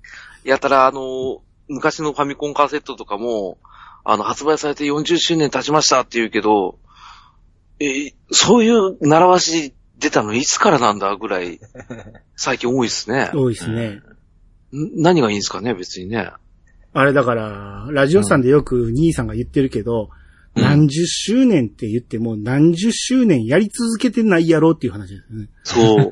やたら、あの、昔のファミコンカセットとかも、あの、発売されて40周年経ちましたって言うけど、え、そういう習わし出たのいつからなんだぐらい、最近多いっ すね。多いですね。ん何がいいんですかね、別にね。あれだから、ラジオさんでよく兄さんが言ってるけど、うん何十周年って言っても何十周年やり続けてないやろっていう話ですよね。そう。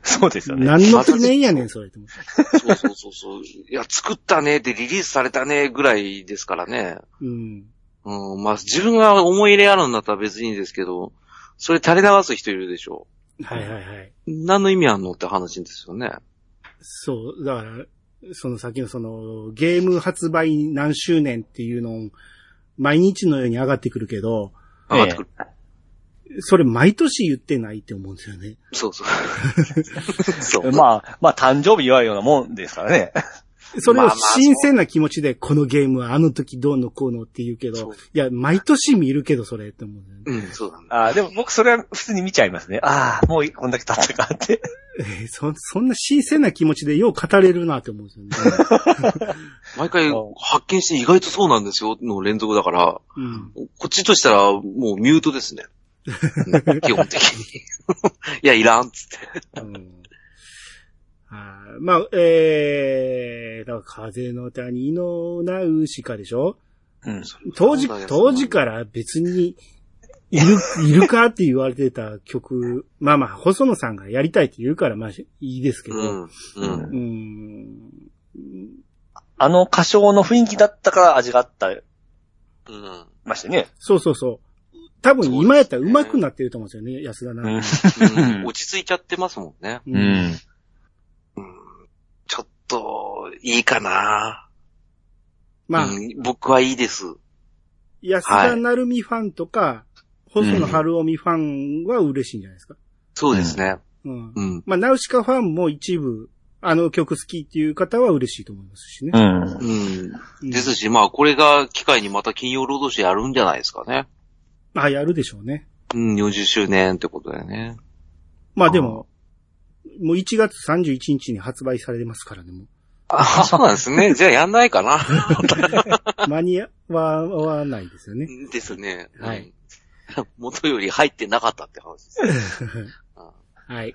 そうですよね。何の記念やねん、それって思う。そうそうそうそう。いや、作ったねでリリースされたねぐらいですからね。うん。うん、まあ自分が思い入れあるんだったら別にいいですけど、それ垂れ流す人いるでしょ。はいはいはい。何の意味あんのって話ですよね。そう、だから、その先のその、ゲーム発売何周年っていうの、毎日のように上がってくるけど、ええ上がってくる。それ毎年言ってないって思うんですよね。そうそう。 そう。まあ、まあ、誕生日祝うようなもんですから ね。それまあをまあ新鮮な気持ちで、このゲームはあの時どうのこうのって言うけそどう、いや、毎年見るけどそれって思うんだよね。うん、そうだね。あーでも僕それは普通に見ちゃいますね。ああ、もうこんだけ経ったかって。えー そ、そんな新鮮な気持ちでよう語れるなって思うんですよ ね。毎回うん発見して意外とそうなんですよの連続だから、うん。こっちとしたらもうミュートですね。うん基本的に。 いや、いらんっつって。うんあーまあ、えー、だから風の谷のナウシカでしょうん。当時そうだ、よ当時から別に、いる、いるかって言われてた曲、まあまあ、細野さんがやりたいって言うから、まあ、しいいですけうど、ん。うん。うーん、あの歌唱の雰囲気だったから味があったうん。ましてね。そうそうそう。多分今やったら上手くなってると思うんですよね、安田うなんんて。うん落ち着いちゃってますもんね。ううんん。ちょっと、いいかな、まあう、ん僕はいいです。安田成美ファンとか、細野晴臣ファンは嬉しいんじゃないですか。そうですね。うん。うん。まあ、ナウシカファンも一部、あの曲好きっていう方は嬉しいと思いますしねう。ん。うん。うんですし、まあ、これが機会にまた金曜ロードショーやるんじゃないですかね。まあ、やるでしょうね。うん、40周年ってことだよ ね。まあでも、もう1月31日に発売されてますからね、もあ、そうなんです ね。じゃあやんないかな。う。間に合わないですよね。ですね。はいうん。 元より入ってなかったって話ですね。うんははい。い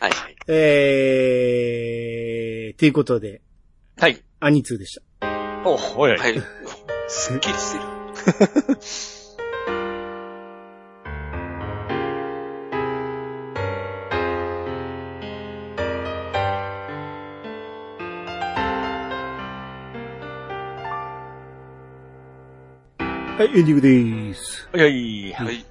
はい。えー、ということで、はい。アニツーでした。お、おいおい。はい。すっきりしてる。はい、エンディングでーす。おいおい。はい。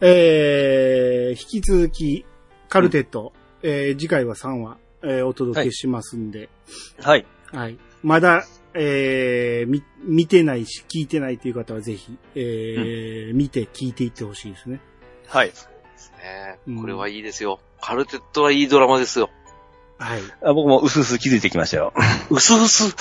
えー、引き続き、カルテット、えー、次回は3話、えー、お届けしますんで、はい。はい。まだ、えー、み、見てないし、聞いてないという方はぜひ、えー、見て聞いていってほしいですね。はい。ですね。これはいいですよ。カルテットはいいドラマですよ。はい。あ僕もうすうす気づいてきましたよ。うすうす。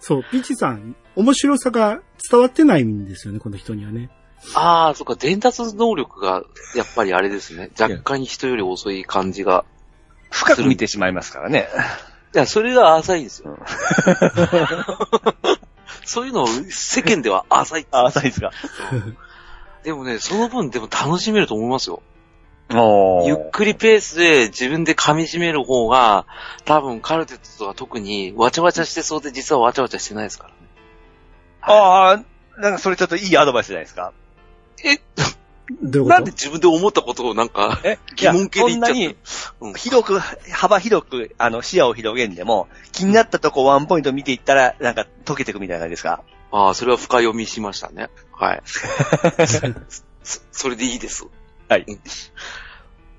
そう、ピチさん、面白さが伝わってないんですよね、この人にはね。ああ、そっか、伝達能力が、やっぱりあれですね。若干人より遅い感じが。 深く見てしまいますからね。いや、それが浅いんですよ。 そういうのを世間では浅いって言あ、うんです浅いですか。でもね、その分でも楽しめると思いますよ。おゆっくりペースで自分で噛み締める方が、多分カルテットとは特にわちゃわちゃしてそうで実はわちゃわちゃしてないですから。ああ、なんかそれちょっといいアドバイスじゃないですか。え、どういうなこんでと自分で思ったことをなんか、え疑問形でそ言んなっちゃったにうん、広く、幅広く、あの、視野を広げんでも、気になったとこワンポイント見ていったら、なんか溶けていくみたいな感じですかああ、それは深読みしましたね。 はい。そそれでいいです。はいうん。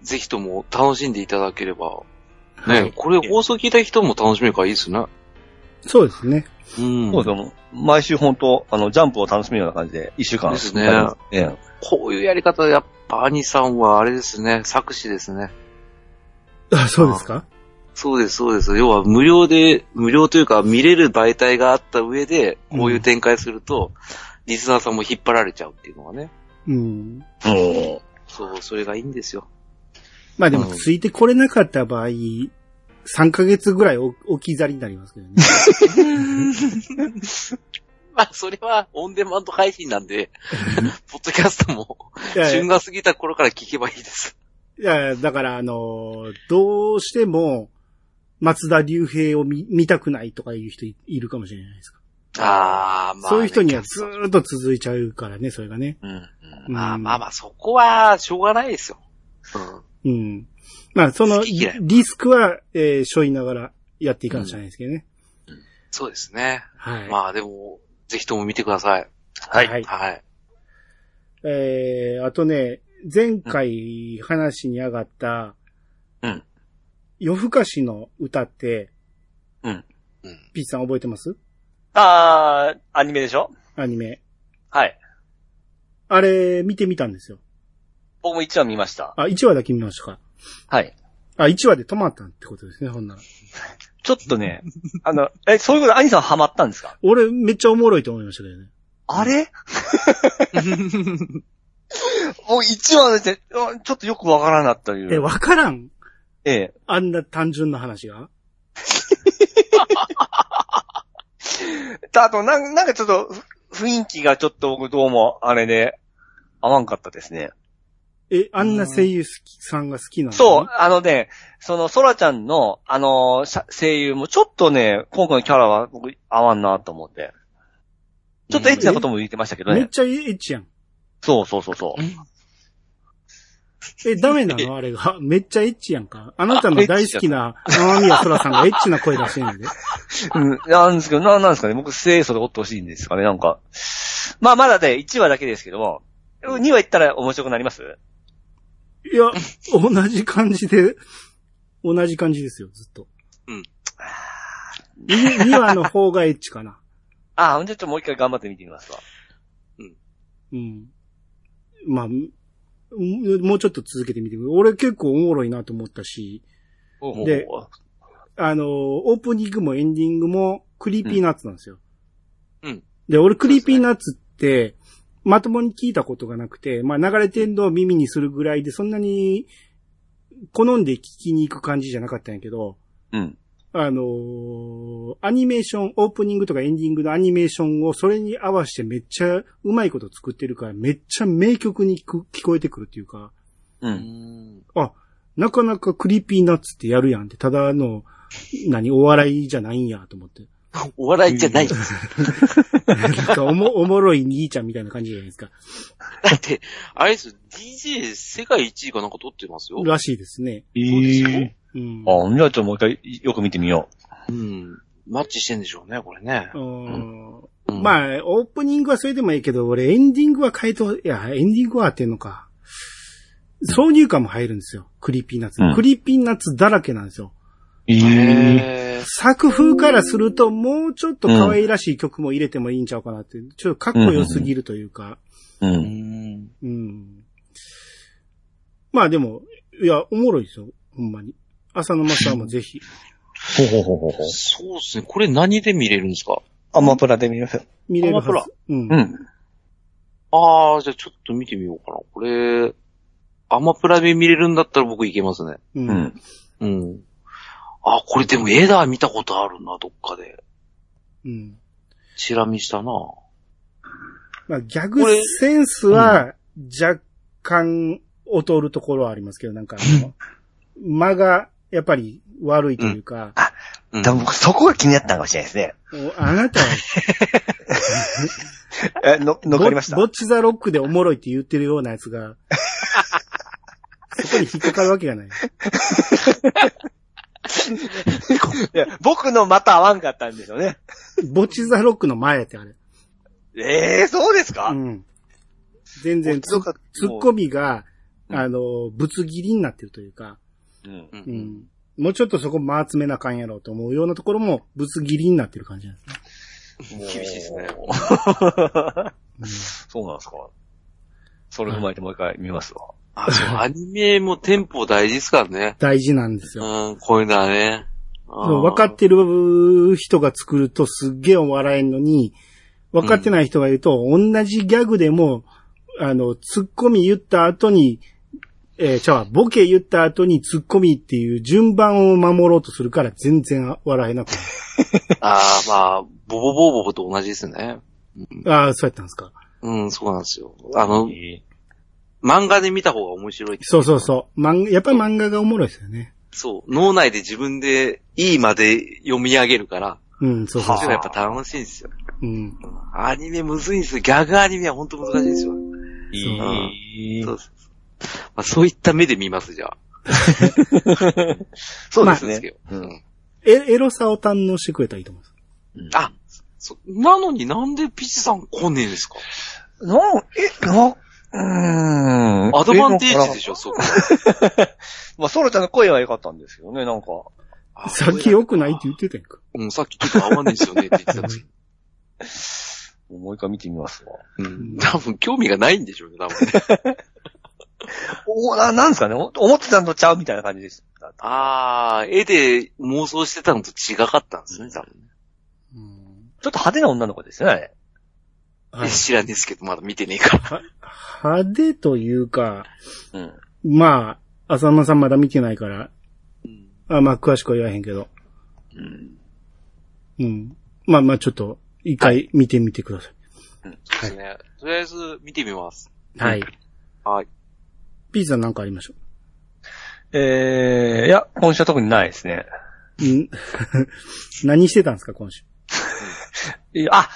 ぜひとも楽しんでいただければ。ね、はいこれ放送聞いた人も楽しめるからいいですね。そうですね。うん。そうですよ。毎週本当あの、ジャンプを楽しむような感じで、一週間。ですねやりますえこういうやり方、やっぱ兄さんはあれですね、作詞ですね。あ、そうですかそうです、そうです。要は無料で、無料というか見れる媒体があった上で、こういう展開すると、リスナーさんも引っ張られちゃうっていうのがね。うん。えうんそう、それがいいんですよ。まあでも、ついてこれなかった場合、3ヶ月ぐらいお置き去りになりますけどね。 まあ、それはオンデマンド配信な んで、ポッドキャストも、いやいや旬が過ぎた頃から聞けばいいです。いや、だから、あの、どうしても、松田龍平を見見たくないとかいう人いいるかもしれないですか。ああ、まあね、そういう人にはずずーっと続いちゃうからね、それがね。うん。うん。うんまあまあまあ、そこは、しょうがないですよ。うん。まあ、その好き嫌いリスクは、えー、背負いながらやっていかなきゃいけないですけどね。そうですね。はい。まあでも、ぜひとも見てください。はい。はいはい。えー、あとね、前回話に上がった、うん。夜更かしの歌って、うん。うん。ピーチさん覚えてますあー、アニメでしょアニメ。はい。あれ、見てみたんですよ。僕も一話見ました。あ、1話だけ見ましたか。はい。あ、1話で止まったってことですね、ほんなら。ちょっとね、 あの、え、そういうこと、兄さんハマったんですか俺、めっちゃおもろいと思いましたけどね。あれもう一話で、あちょっとよくわからなったという。え、わからんええ。あんな単純な話が。たあと、なんなんかちょっと、ふ雰囲気がちょっと僕どうも、あれで、合わんかったですね。え、あんな声優好きさんが好きなのそう、あのね、その、ソラちゃんの、あのーしゃ声優もちょっとね、今回のキャラは僕合わんなと思って。ちょっとエッチなことも言ってましたけどめっね。ちゃエッチやん。そうそうそうそう。え、ダメなのあれが。めっちゃエッチやんか。あなたの大好きな天宮空さんがエッチな声出してるんで。うん、なんですけど、ななんですかね、僕、清楚でおってほしいんですかね、なんか。まあ、まだで、1話だけですけども、2話いったら面白くなりますいや、同じ感じで、同じ感じですよ、ずっと。うん。 2話の方がエッチかな。ああ、ほんじゃちょっともう一回頑張って見てみますわ。うん。まあ、んもうちょっと続けてみてくれ。俺結構おもろいなと思ったし、であのー、オープニングもエンディングもクリーピーナッツなんですよ。うん。で、俺クリーピーナッツって、まともに聞いたことがなくて、まあ流れてんのを耳にするぐらいで、そんなに好んで聞きに行く感じじゃなかったんやけど、うん。あのーアニメーション、オープニングとかエンディングのアニメーションをそれに合わせてめっちゃうまいこと作ってるから、めっちゃ名曲に聞く聞こえてくるっていうか、う。うんん。なかなかクリーピーナッツってやるやんって、ただの、何、お笑いじゃないんやと思って。 お笑いじゃない。だなんかおも、おもろい兄ちゃんみたいな感じじゃないですか。って、あれですよ、DJ 世界一位かなんか取ってますよ。らしいですね。ええうん。あ、ほんじゃちょっともう一回よく見てみようん。マッチしてんでしょうね、これねあ。ーうんあ、まあ、オープニングはそれでもいいけど、俺エンディングは変えと、いや、エンディングは合ってんのか。挿入歌も入るんですよ。クリーピーナッツ。うんクリーピーナッツだらけなんですよ。う。えへー作風からすると、もうちょっと可愛らしい曲も入れてもいいんちゃうかなって、ちょっとかっこよすぎるというか、うん。うん。まあでも、いや、おもろいですよ、ほんまに。浅沼さんもぜひ、ほうほうほうほうほう。そうですね。これ何で見れるんですかアマプラで見ますよ。見れるは あほらず。うんう。ん。ああ、じゃあちょっと見てみようかな。これ、アマプラで見れるんだったら僕いけますね。う。うんん。うん。あ、これでもエダー見たことあるな、どっかで。うん。チラ見したな。まあ、ギャグセンスは、若干、劣るところはありますけど、なんかあ の、間が、やっぱり悪いというか、うんでも僕そこが気になったのかもしれないですね。おあな たは、え、の、乗っかりましたぼぼっちザロックでおもろいって言ってるようなやつ が、そこに引っかかるわけがない。いや僕のまた合わんかったんですよね。ぼっちザロックの前やってあれ。ええそうですか、うん。全然つ、そう突かっ込みが、あの、ぶつ切りになってるというか、うんう。うんん。もうちょっとそこ回詰めなあかんやろうと思うようなところも、ぶつ切りになってる感じなんですね。厳しいですね。うんそうなんですかそれ踏まえてもう一回見ますわ。あ、そう、アニメもテンポ大事ですからね。大事なんですよ。うん、こういうのはね。でも分かってる人が作るとすっげえ笑えんのに、分かってない人がいると、同じギャグでも、あの、ツッコミ言った後に、えー、ちゃうわボケ言った後にツッコミっていう順番を守ろうとするから全然笑えなくて。ああ、まあ、ボボボボボと同じですね。ああ、そうやったんですか。うん、そうなんですよ。あの、え漫画で見た方が面白いって。そうそうそう。漫画、やっぱり漫画がおもろいですよね。そう。脳内で自分でいいまで読み上げるから、うん、そうそそうっそちう。がやっぱ楽しいんですよ。うん。アニメむずいんですよ。ギャグアニメは本当難しいですよ。いいそうそうそう。まあ、そういった目で見ます、じゃあ。 そうですそうですねけ。どうんえ、エロさを堪能してくれたらいいと思います。うんあ、そなのになんでピチさん来ねえんですかなん、え、な、うーん。アドバンテージでししょ、そこ。まあ、ソロちゃんの声は良かったんですけどね、なんか。 さっき良くないって言ってたやんか。うん、さっきちょっと合わないですよねって言ってたんですけど。もう一回見てみますわ。うん。多分興味がないんでしょうね、多分ね。おな、なんですかねお思ってたのとちゃうみたいな感じです。あー、絵で妄想してたのと違かったんですね、多分ね。うんちょっと派手な女の子ですよねあれ。はえい知らねえですけど、まだ見てねえから。派手というか、うん。まあ、浅間さんまだ見てないから、あまあ、詳しくは言わへんけど。うん。うん。まあまあ、ちょっと、一回見てみてくださそうですね。とりあえず見てみます。い。はい。はい。ピーさんなんかありましょえー、いや、今週は特にないですね。う。うん 何してたんですか、今週。いやあ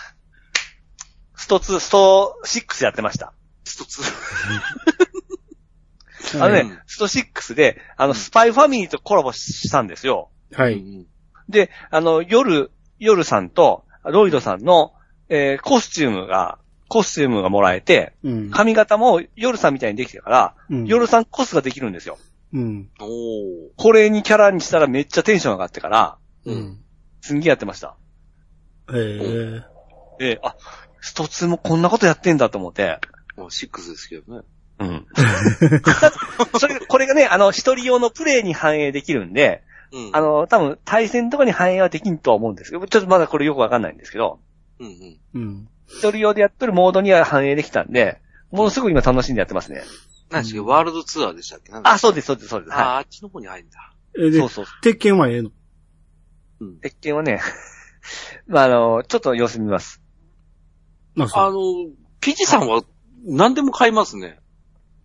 スト2、スト6やってました。一つ。あのね、うんスト6で、あの、スパイファミリーとコラボしたんですよ。はうい。んで、あの、夜、夜さんと、ロイドさんの、えーコスチュームが、コスチュームがもらえて、うん。髪型も夜さんみたいにできてから、うん夜さんコスができるんですよ。うん。おー。これにキャラにしたらめっちゃテンション上がってから、ううんん。すんげえやってました。えー、で、あ、スト2もこんなことやってんだと思って、まあ、シックスですけどね。うん。 それ、これがね、あの、一人用のプレイに反映できるんで、うん。あ、の、多分対戦とかに反映はできんとは思うんですけど、ちょっとまだこれよくわかんないんですけど、うんうん。うん。一人用でやっとるモードには反映できたんで、ものすごく今楽しんでやってますね。何でしたっけワールドツアーでしたっけなんだっあ、そうです、そうです、そうでけす。あはー、あっちの方に入るんだ。え、い。でそう、そう。鉄拳はええのうん。鉄拳はね、 まあ、あの、ちょっと様子見ます。まあ、そ あう。の、ピチさんは何でも買いますね。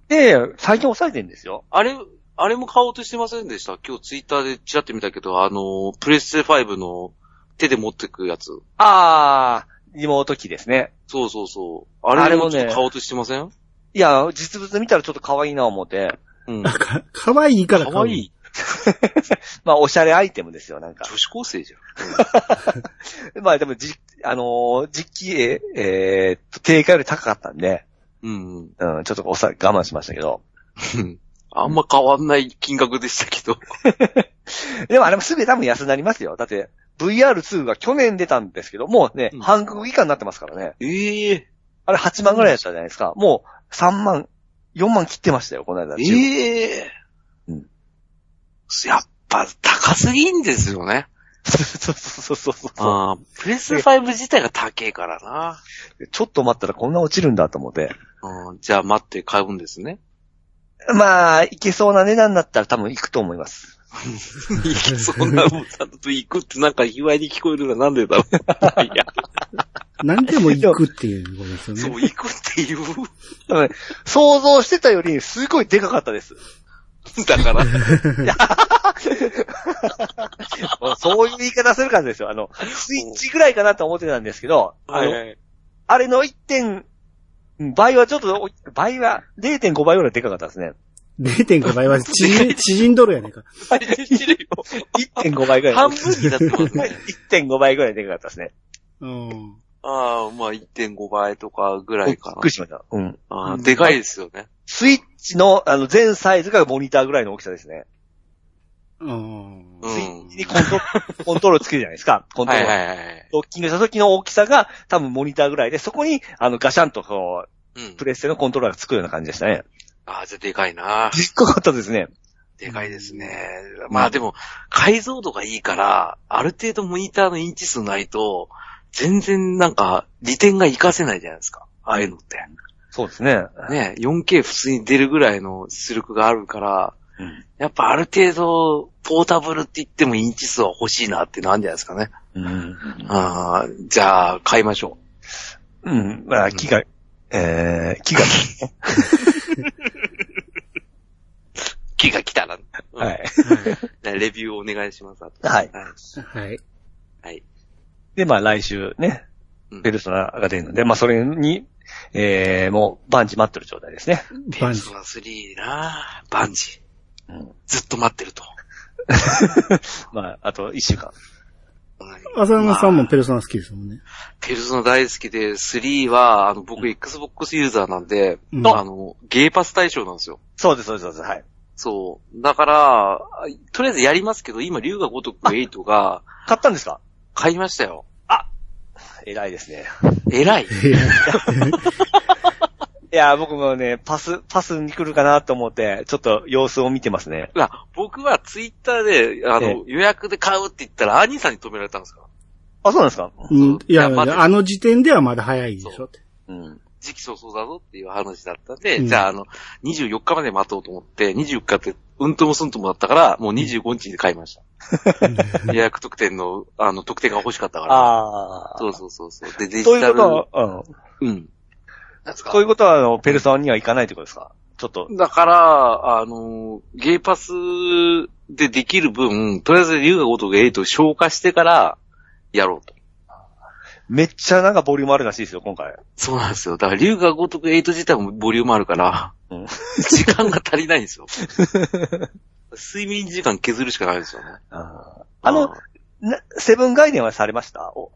で、最近抑えてんですよ。あれ、あれも買おうとしてませんでした今日ツイッターでチラって見たけど、あの、プレステ5の手で持ってくやつ。あー、リモート機ですね。そうそうそう。あれもちょあれっもねと買おうとしてません、いや、実物見たらちょっと可愛いな思って。 うん。か、かわいいからか買うわいい。。まあ、おしゃれアイテムですよ、なんか。女子高生じゃん。まあでも、じ、あのー実機、えーえーっと、定価より高かったんで、うんうん。うん、ちょっとおさ、我慢しましたけど。あんま変わんない金額でしたけど。でもあれもすぐ多分安になりますよ。だって、 VR2 が去年出たんですけど、もうね、うん半額以下になってますからね。ええあれ8万ぐらいだったじゃないですか。もう3万、4万切ってましたよ、この間。中国ええうんやっぱ高すぎんですよね。 そうそうそうそうそああ、プレス5自体が高えからな。う。ちょっと待ったらこんな落ちるんだと思って。うん、じゃあ待って買うんで すね。まあ、いけそうな値段だったら多分行くと思います。そんなもんちゃんと行くってなんか卑猥に聞こえるのはなんでだろう。いや、何でも行くっていうことですよそうね。行くっていう。多分ね想像してたよりすごいでかかったです。だ から、 そういう言い方するからですよ。あの、スイッチぐらいかなと思ってたんですけど、あの、い。あれの1点、倍はちょっと、倍は0.5倍ぐらいでかかったですね。 0.5倍は縮ん縮んどるやねんか。 1.5倍ぐらい。半分になってます ね。 1.5倍ぐらいでかかったですね。うん。ああ、まあ1.5倍とかぐらびいっかなくりしました。うん。ああ。でかいですよね。スイッチの、あの、全サイズがモニターぐらいの大きさですね。うん。うんスイッチにコントコントロールつけるじゃないですか。コントロ はーいル。はいはい。ドッキングした時の大きさが多分モニターぐらいで、そこに、あの、ガシャンとこうんう、プ。レステのコントローラーがつくような感じでしたね。ああ、じゃあでかいな。でっかかったですね。でかいですね。まあでも、解像度がいいから、ある程度モニターのインチ数ないと、全然なんか、利点が活かせないじゃないですか。ああいうのって。そうですね。ね、4K 普通に出るぐらいの出力があるから、うんやっぱある程度、ポータブルって言ってもインチ数は欲しいなってなんじゃないですかね。うん。ああ、じゃあ、買いましょうん。まあ、木が、えー、木が、う。気が来たら。うんはい。じゃあレビューをお願いします。あとはい。はい。はい。はい。で、まあ、来週ねうん、ペルソナが出るので、まあ、それに、えー、もう、バンジ待ってる状態 ですね。ペバンルジソナ3なバンジ。うん。ずっと待ってると。まあ、あと一週間。うん浅野さんもまあペルソナ好きですもんね。ペルソナ大好きで、3は、あの、僕、Xbox ユーザーなんで、うんあの、ゲーパス対象なんですよ。そうです、そうです、そうです。はい。そう。だから、とりあえずやりますけど、今、竜が如く8が買ったんですか買いましたよ。偉いですね。 偉い。いや、僕もね、パス、パスに来るかなと思って、ちょっと様子を見てますね。いや僕はツイッターで、あえの、予約で買うって言ったら、兄さんに止められたんですから。あ、そうなんですかうん。いや、いやまだあの時点ではまだ早いでしょって。うん。時期早々だぞっていう話だったんで、うんじゃあ、あの、24日まで待とうと思って、24日って、うんともすんともだったから、もう25日で買いました。 予約特典の、あの、特典が欲しかったから。ああ。そうそうそうそう。で、デジそういうタこル。とは、うん。うん。なんですかそういうことは、あの、ペルソナには行かないってことですかちょっと、だから、あの、ゲイパスでできる分、とりあえず龍が如く8を消化してから、やろうと。めっちゃなんかボリュームあるらしいですよ、今回。そうなんですよ。だから龍が如く8自体もボリュームあるから、うん 時間が足りないんですよ。睡眠時間削るしかないんですよね。あの、、なセブン概念はされましたお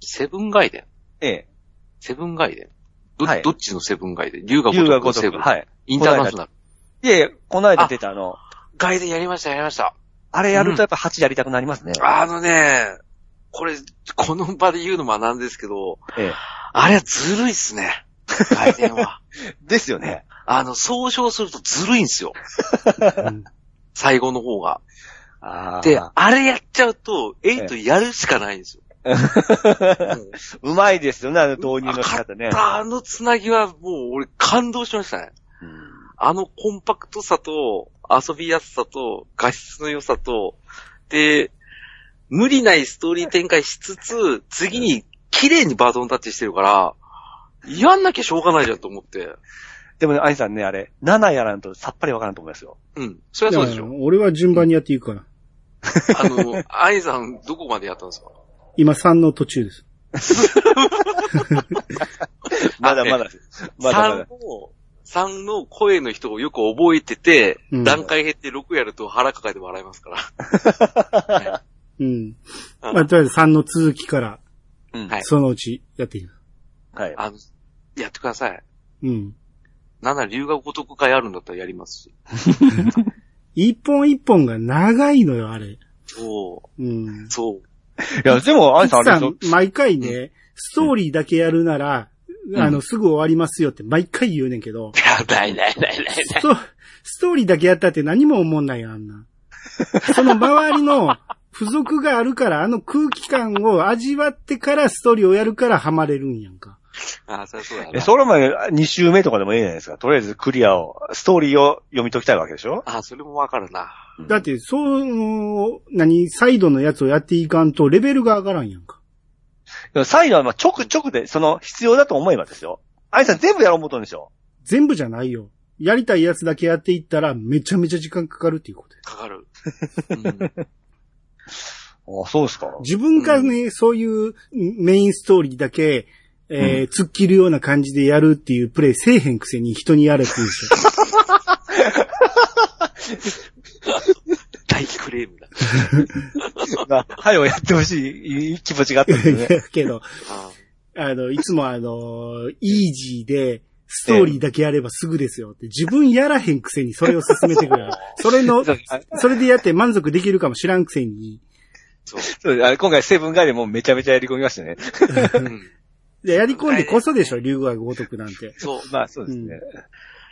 セブンガイデン。えセブンガイデン。ど,、はいどっちのセブンガイデン龍がえ。如くのごセとブく。ン。はい。インターナショナル。いえいえ、この間出たあの、ガイデンやりました、やりました。あれやるとやっぱ8やりたくなりますね。あのね、これ、この場で言うのもなんですけど、えあれはずるいっすね。外伝は。 え。ですよね。あの、総称するとずるいんすよ。うん最後の方が。ああ。で、あれやっちゃうと、8やるしかないんですよ。うんうまいですよね、あの導入の仕方ね。あのつなぎはもう俺感動しましたね。あのコンパクトさと、遊びやすさと、画質の良さと、で、無理ないストーリー展開しつつ、次に綺麗にバトンタッチしてるから、やんなきゃしょうがないじゃんと思って。でもね、アイさんね、あれ、7やらんとさっぱりわからんと思いますよ。うん。そりゃそうでしょ。俺は順番にやっていくから。あの、アイさんどこまでやったんですか今3の途中です。まだまだ。まだまだ3。を、3の声の人をよく覚えてて、うん段階減って6やると腹抱えて笑いますから。うん。うんまあ、とりあえず3の続きから、うんはいそのうちやっていく。はい。あの、やってください。うん。なんなら留学ごとく会あるんだったらやりますし。一本一本が長いのよ、あれ。。そううん。そう。いや、でも、アイさんあれでしょ いつさん毎回ね、ストーリーだけやるなら、んあの、すぐ終わりますよって毎回言うねんけ ど、いや、ないないないないなスい。トストーリーだけやったって何も思んないよ、あんな。その周りの 付属があるから、あの空気感を味わってからストーリーをやるからハマれるんやんか。あ、そりゃそうだえ、な。それまで2周目とかでもいいじゃないですか。とりあえずクリアを、ストーリーを読み解きたいわけでしょあ、それもわかるな。だって、そう、何、サイドのやつをやっていかんとレベルが上がらんやんか。でもサイドはまあちょくちょくで、その必要だと思えばですよ。アイさん全部やろう思うとんでしょ全部じゃないよ。やりたいやつだけやっていったらめちゃめちゃ時間かかるっていうことやかかる。うんあそうですか。自分がね、そういうメインストーリーだけ、えー突っ切るような感じでやるっていうプレイせえへんくせに人にやれって言うでしょ。大クレームだ。はいをやってほしい気持ちがあったんです ね。けど、ああの、いつもあの、イージーで、ストーリーだけやればすぐですよって、自分やらへんくせにそれを進めてくる。それの、それでやって満足できるかも知らんくせに。そ う。そうですあれ今回セブンガイでもうめちゃめちゃやり込みましたね。うんでやり込んでこそでしょ、竜が如くなんて。そう。まあそうですね。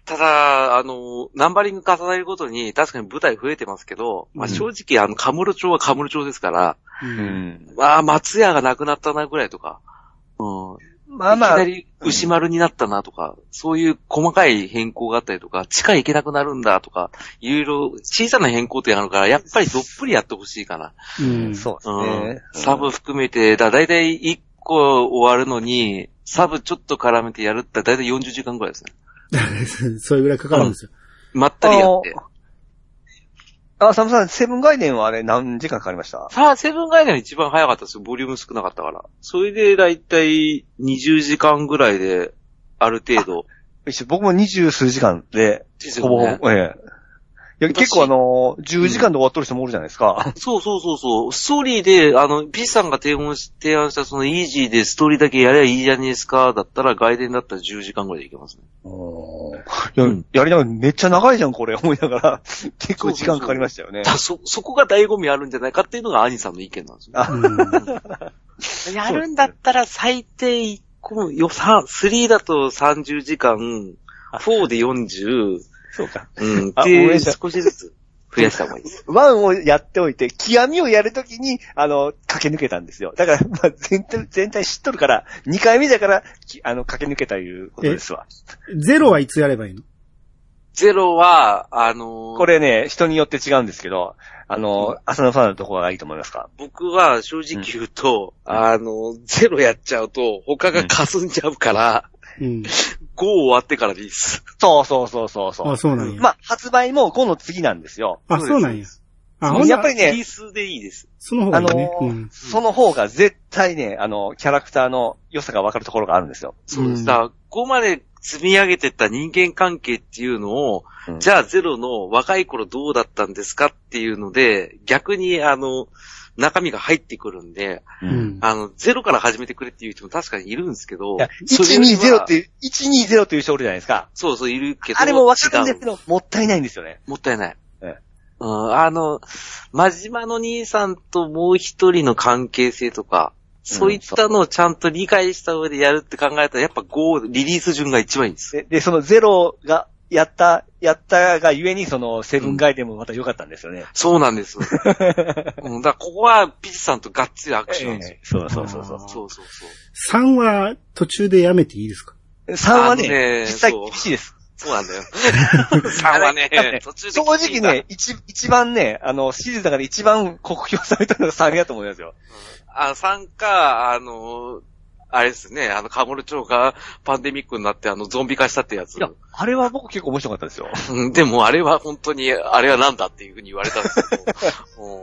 ただ、あの、ナンバリング重ねるごとに、確かに舞台増えてますけど、まあうん正直、あの、カムロ町はカムロ町ですから、う。うんん。まあ、松屋がなくなったなぐらいとか、うん。まあまあいき、なり牛丸になったなとか、そういう細かい変更があったりとか、地下行けなくなるんだとか、いろいろ小さな変更点があるから、やっぱりどっぷりやってほしいかな。うん。そうですうんね。サブ含めて、だ、だいたい1個終わるのに、サブちょっと絡めてやるって、だいたい40時間ぐらいですね。 それぐらいかかるんですよ。まったりやって。あ、サムさん、セブンガイデンはあれ何時間かかりましたさあ、セブンガイデンが一番早かったですよ。ボリューム少なかったから。それで、だいたい20時間ぐらいで、ある程度。一緒僕も二十数時間で、ですほよぼねほぼ、ええ。いや、私結構あのー、10時間で終わっとる人もおるじゃないですか。 そうそうそうそう。ストーリーで、あの、B さんが提案し、提案したそのイージーでストーリーだけやればいいじゃねえですか、だったら外伝だったら10時間ぐらいでいけますね。いやうんやりながら、めっちゃ長いじゃん、これ、思いながら。結構時間かかりましたよねだ。そ、そこが醍醐味あるんじゃないかっていうのがアニさんの意見なんですよ。あやるんだったら最低1個、よ、さ3だと30時間、4で40、そうか。うん、っあてい応う援した少しずつ増やした方がいい です。ワンをやっておいて、極みをやるときに、あの、駆け抜けたんですよ。だから、まあ、全体、全体知っとるから、2回目だから、きあの、駆け抜けたいうことですわ。ゼロはいつやればいいのゼロは、あのーこれね、人によって違うんですけど、あの、浅野さんのところがいいと思いますか僕は正直言うと、あの、ゼロやっちゃうと、他が霞んじゃうから、うん。 5終わってからでいいっす。そうそうそうそうそうあ、。そうなんや。まあ、発売も5の次なんですよ。あ、そうなんや。あ、そうほんやっぱなりねピースでいいです。その方があいのいね。ーうん。その方が絶対ね、あの、キャラクターの良さが分かるところがあるんですよ。そうです。うんだから5まで積み上げてった人間関係っていうのを、うんじゃあゼロの若い頃どうだったんですかっていうので、逆にあの、中身が入ってくるんで、ううん。あの、ゼロから始めてくれっていう人も確かにいるんですけど、それより120はっていう、120っていう人おるじゃないですか。そうそう、いるけど、あれも分かるんです違うけど、もったいないんですよね。もったいない。ええうん、あの、真島の兄さんともう一人の関係性とか、そういったのをちゃんと理解した上でやるって考えたら、やっぱ5、リリース順が一番いいんです。で、でそのゼロが、やった、やったがゆえに、その、セブンガイデンもまた良かったんですよね。そうなんですよ。うん、だからここは、ピチさんとがっつり握手なんですよ。そうそうそうそう。そうそうそう。 3は途中でやめていいですか3はあのねね、実際そう厳しいです。そうなん だよ。3はあれね、途中で正直ね、一、一番ね、あの、シリーズの中で一番酷評されたのが3やと思いますよ。あ、参加、あの、あれですね、あの、カモル町がパンデミックになって、あの、ゾンビ化したってやつい。や、あれは僕結構面白かったですよ。うんでも、あれは本当に、あれはなんだっていうふうに言われたんです けど、うん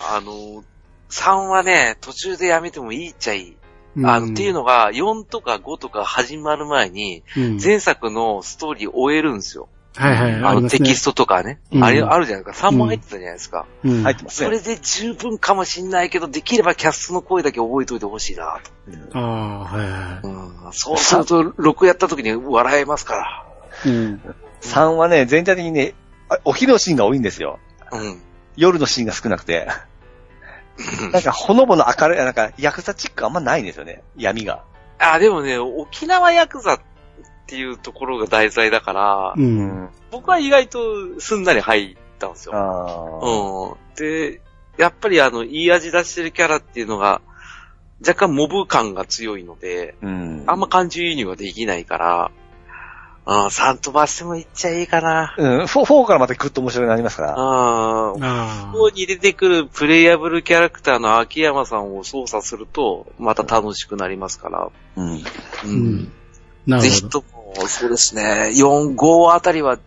あの、3はね、途中でやめてもいいっちゃいい。あの、っていうの、のが、4とか5とか始まる前に、うん前作のストーリー終えるんですよ。はいはい、あありの、まテすねキストとかね。うんあれ、あるじゃないですか。3も入ってたじゃないですか。うん入ってますそね。れで十分かもしんないけど、できればキャストの声だけ覚えといてほしいなと。ああ、はいはうんそうすると、6やった時に笑えますかい。うん。 3はね、全体的にね、あお昼のシーンが多いんですよ。ら。うん。夜のシーンが少なくて。なんか、ほのぼの明るい、なんか、ヤクザチックあんまないんですよね。闇が。あ、でもね、沖縄ヤクザっていうところが題材だから、う。。うん僕は意外とすんなり入ったんですよ。ああ。うん。で、やっぱりあの、いい味出してるキャラっていうのが、若干モブ感が強いので、うん。あんま感情移入はできないから、うん、サントバスもいっちゃいいかな。うん、フォーフォーからまたグッと面白くなりますから。あああ、あこ。こに出てくるプレイヤブルキャラクターの秋山さんを操作すると、また楽しくなりますから。うん。ううんん。。なるぜほひど。とも、そうですね、4、5あたりは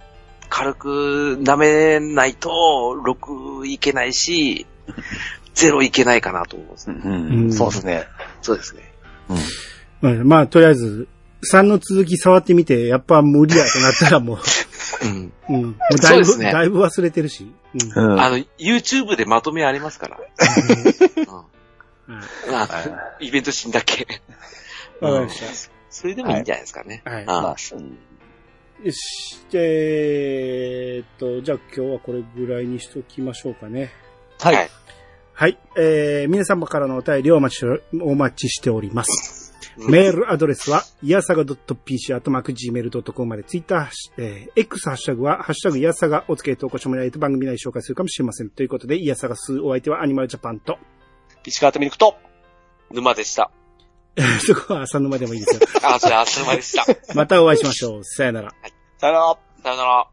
軽く舐めないと、6いけないし、0いけないかなと思うんですう。ね。うんんそうですね。そうですね。うんまあ、とりあえず、3の続き触ってみて、やっぱ無理やとなったらもう、うん。うん。も うだいそうですぶ、ねだいぶ忘れてるし。うんうん。あの、YouTube でまとめありますから。うん。まあイベントシーンだけ。わかりましそれでもいいんじゃないですかね。た。はい。あまあ、うんよし。えーっと、じゃあ今日はこれぐらいにしときましょうかね。ははいい。はい。えー、皆様からのお便りをお待ちし、お待ちしております。うんメールアドレスは、いやさが .pc、あとマーク gmail.com まで、ツイッター、えー、X ハッシュタグは、ハッシュタグいやさがお付け投稿してもらえると番組内で紹介するかもしれません。ということで、いやさがすお相手はアニマルジャパンと、 ピチカートミルクと、沼でした。えーそこは浅沼でもいいですよ。あ、それ、あっという間でした。さまたお会いしましょう。さよなら。さよなら。よなら。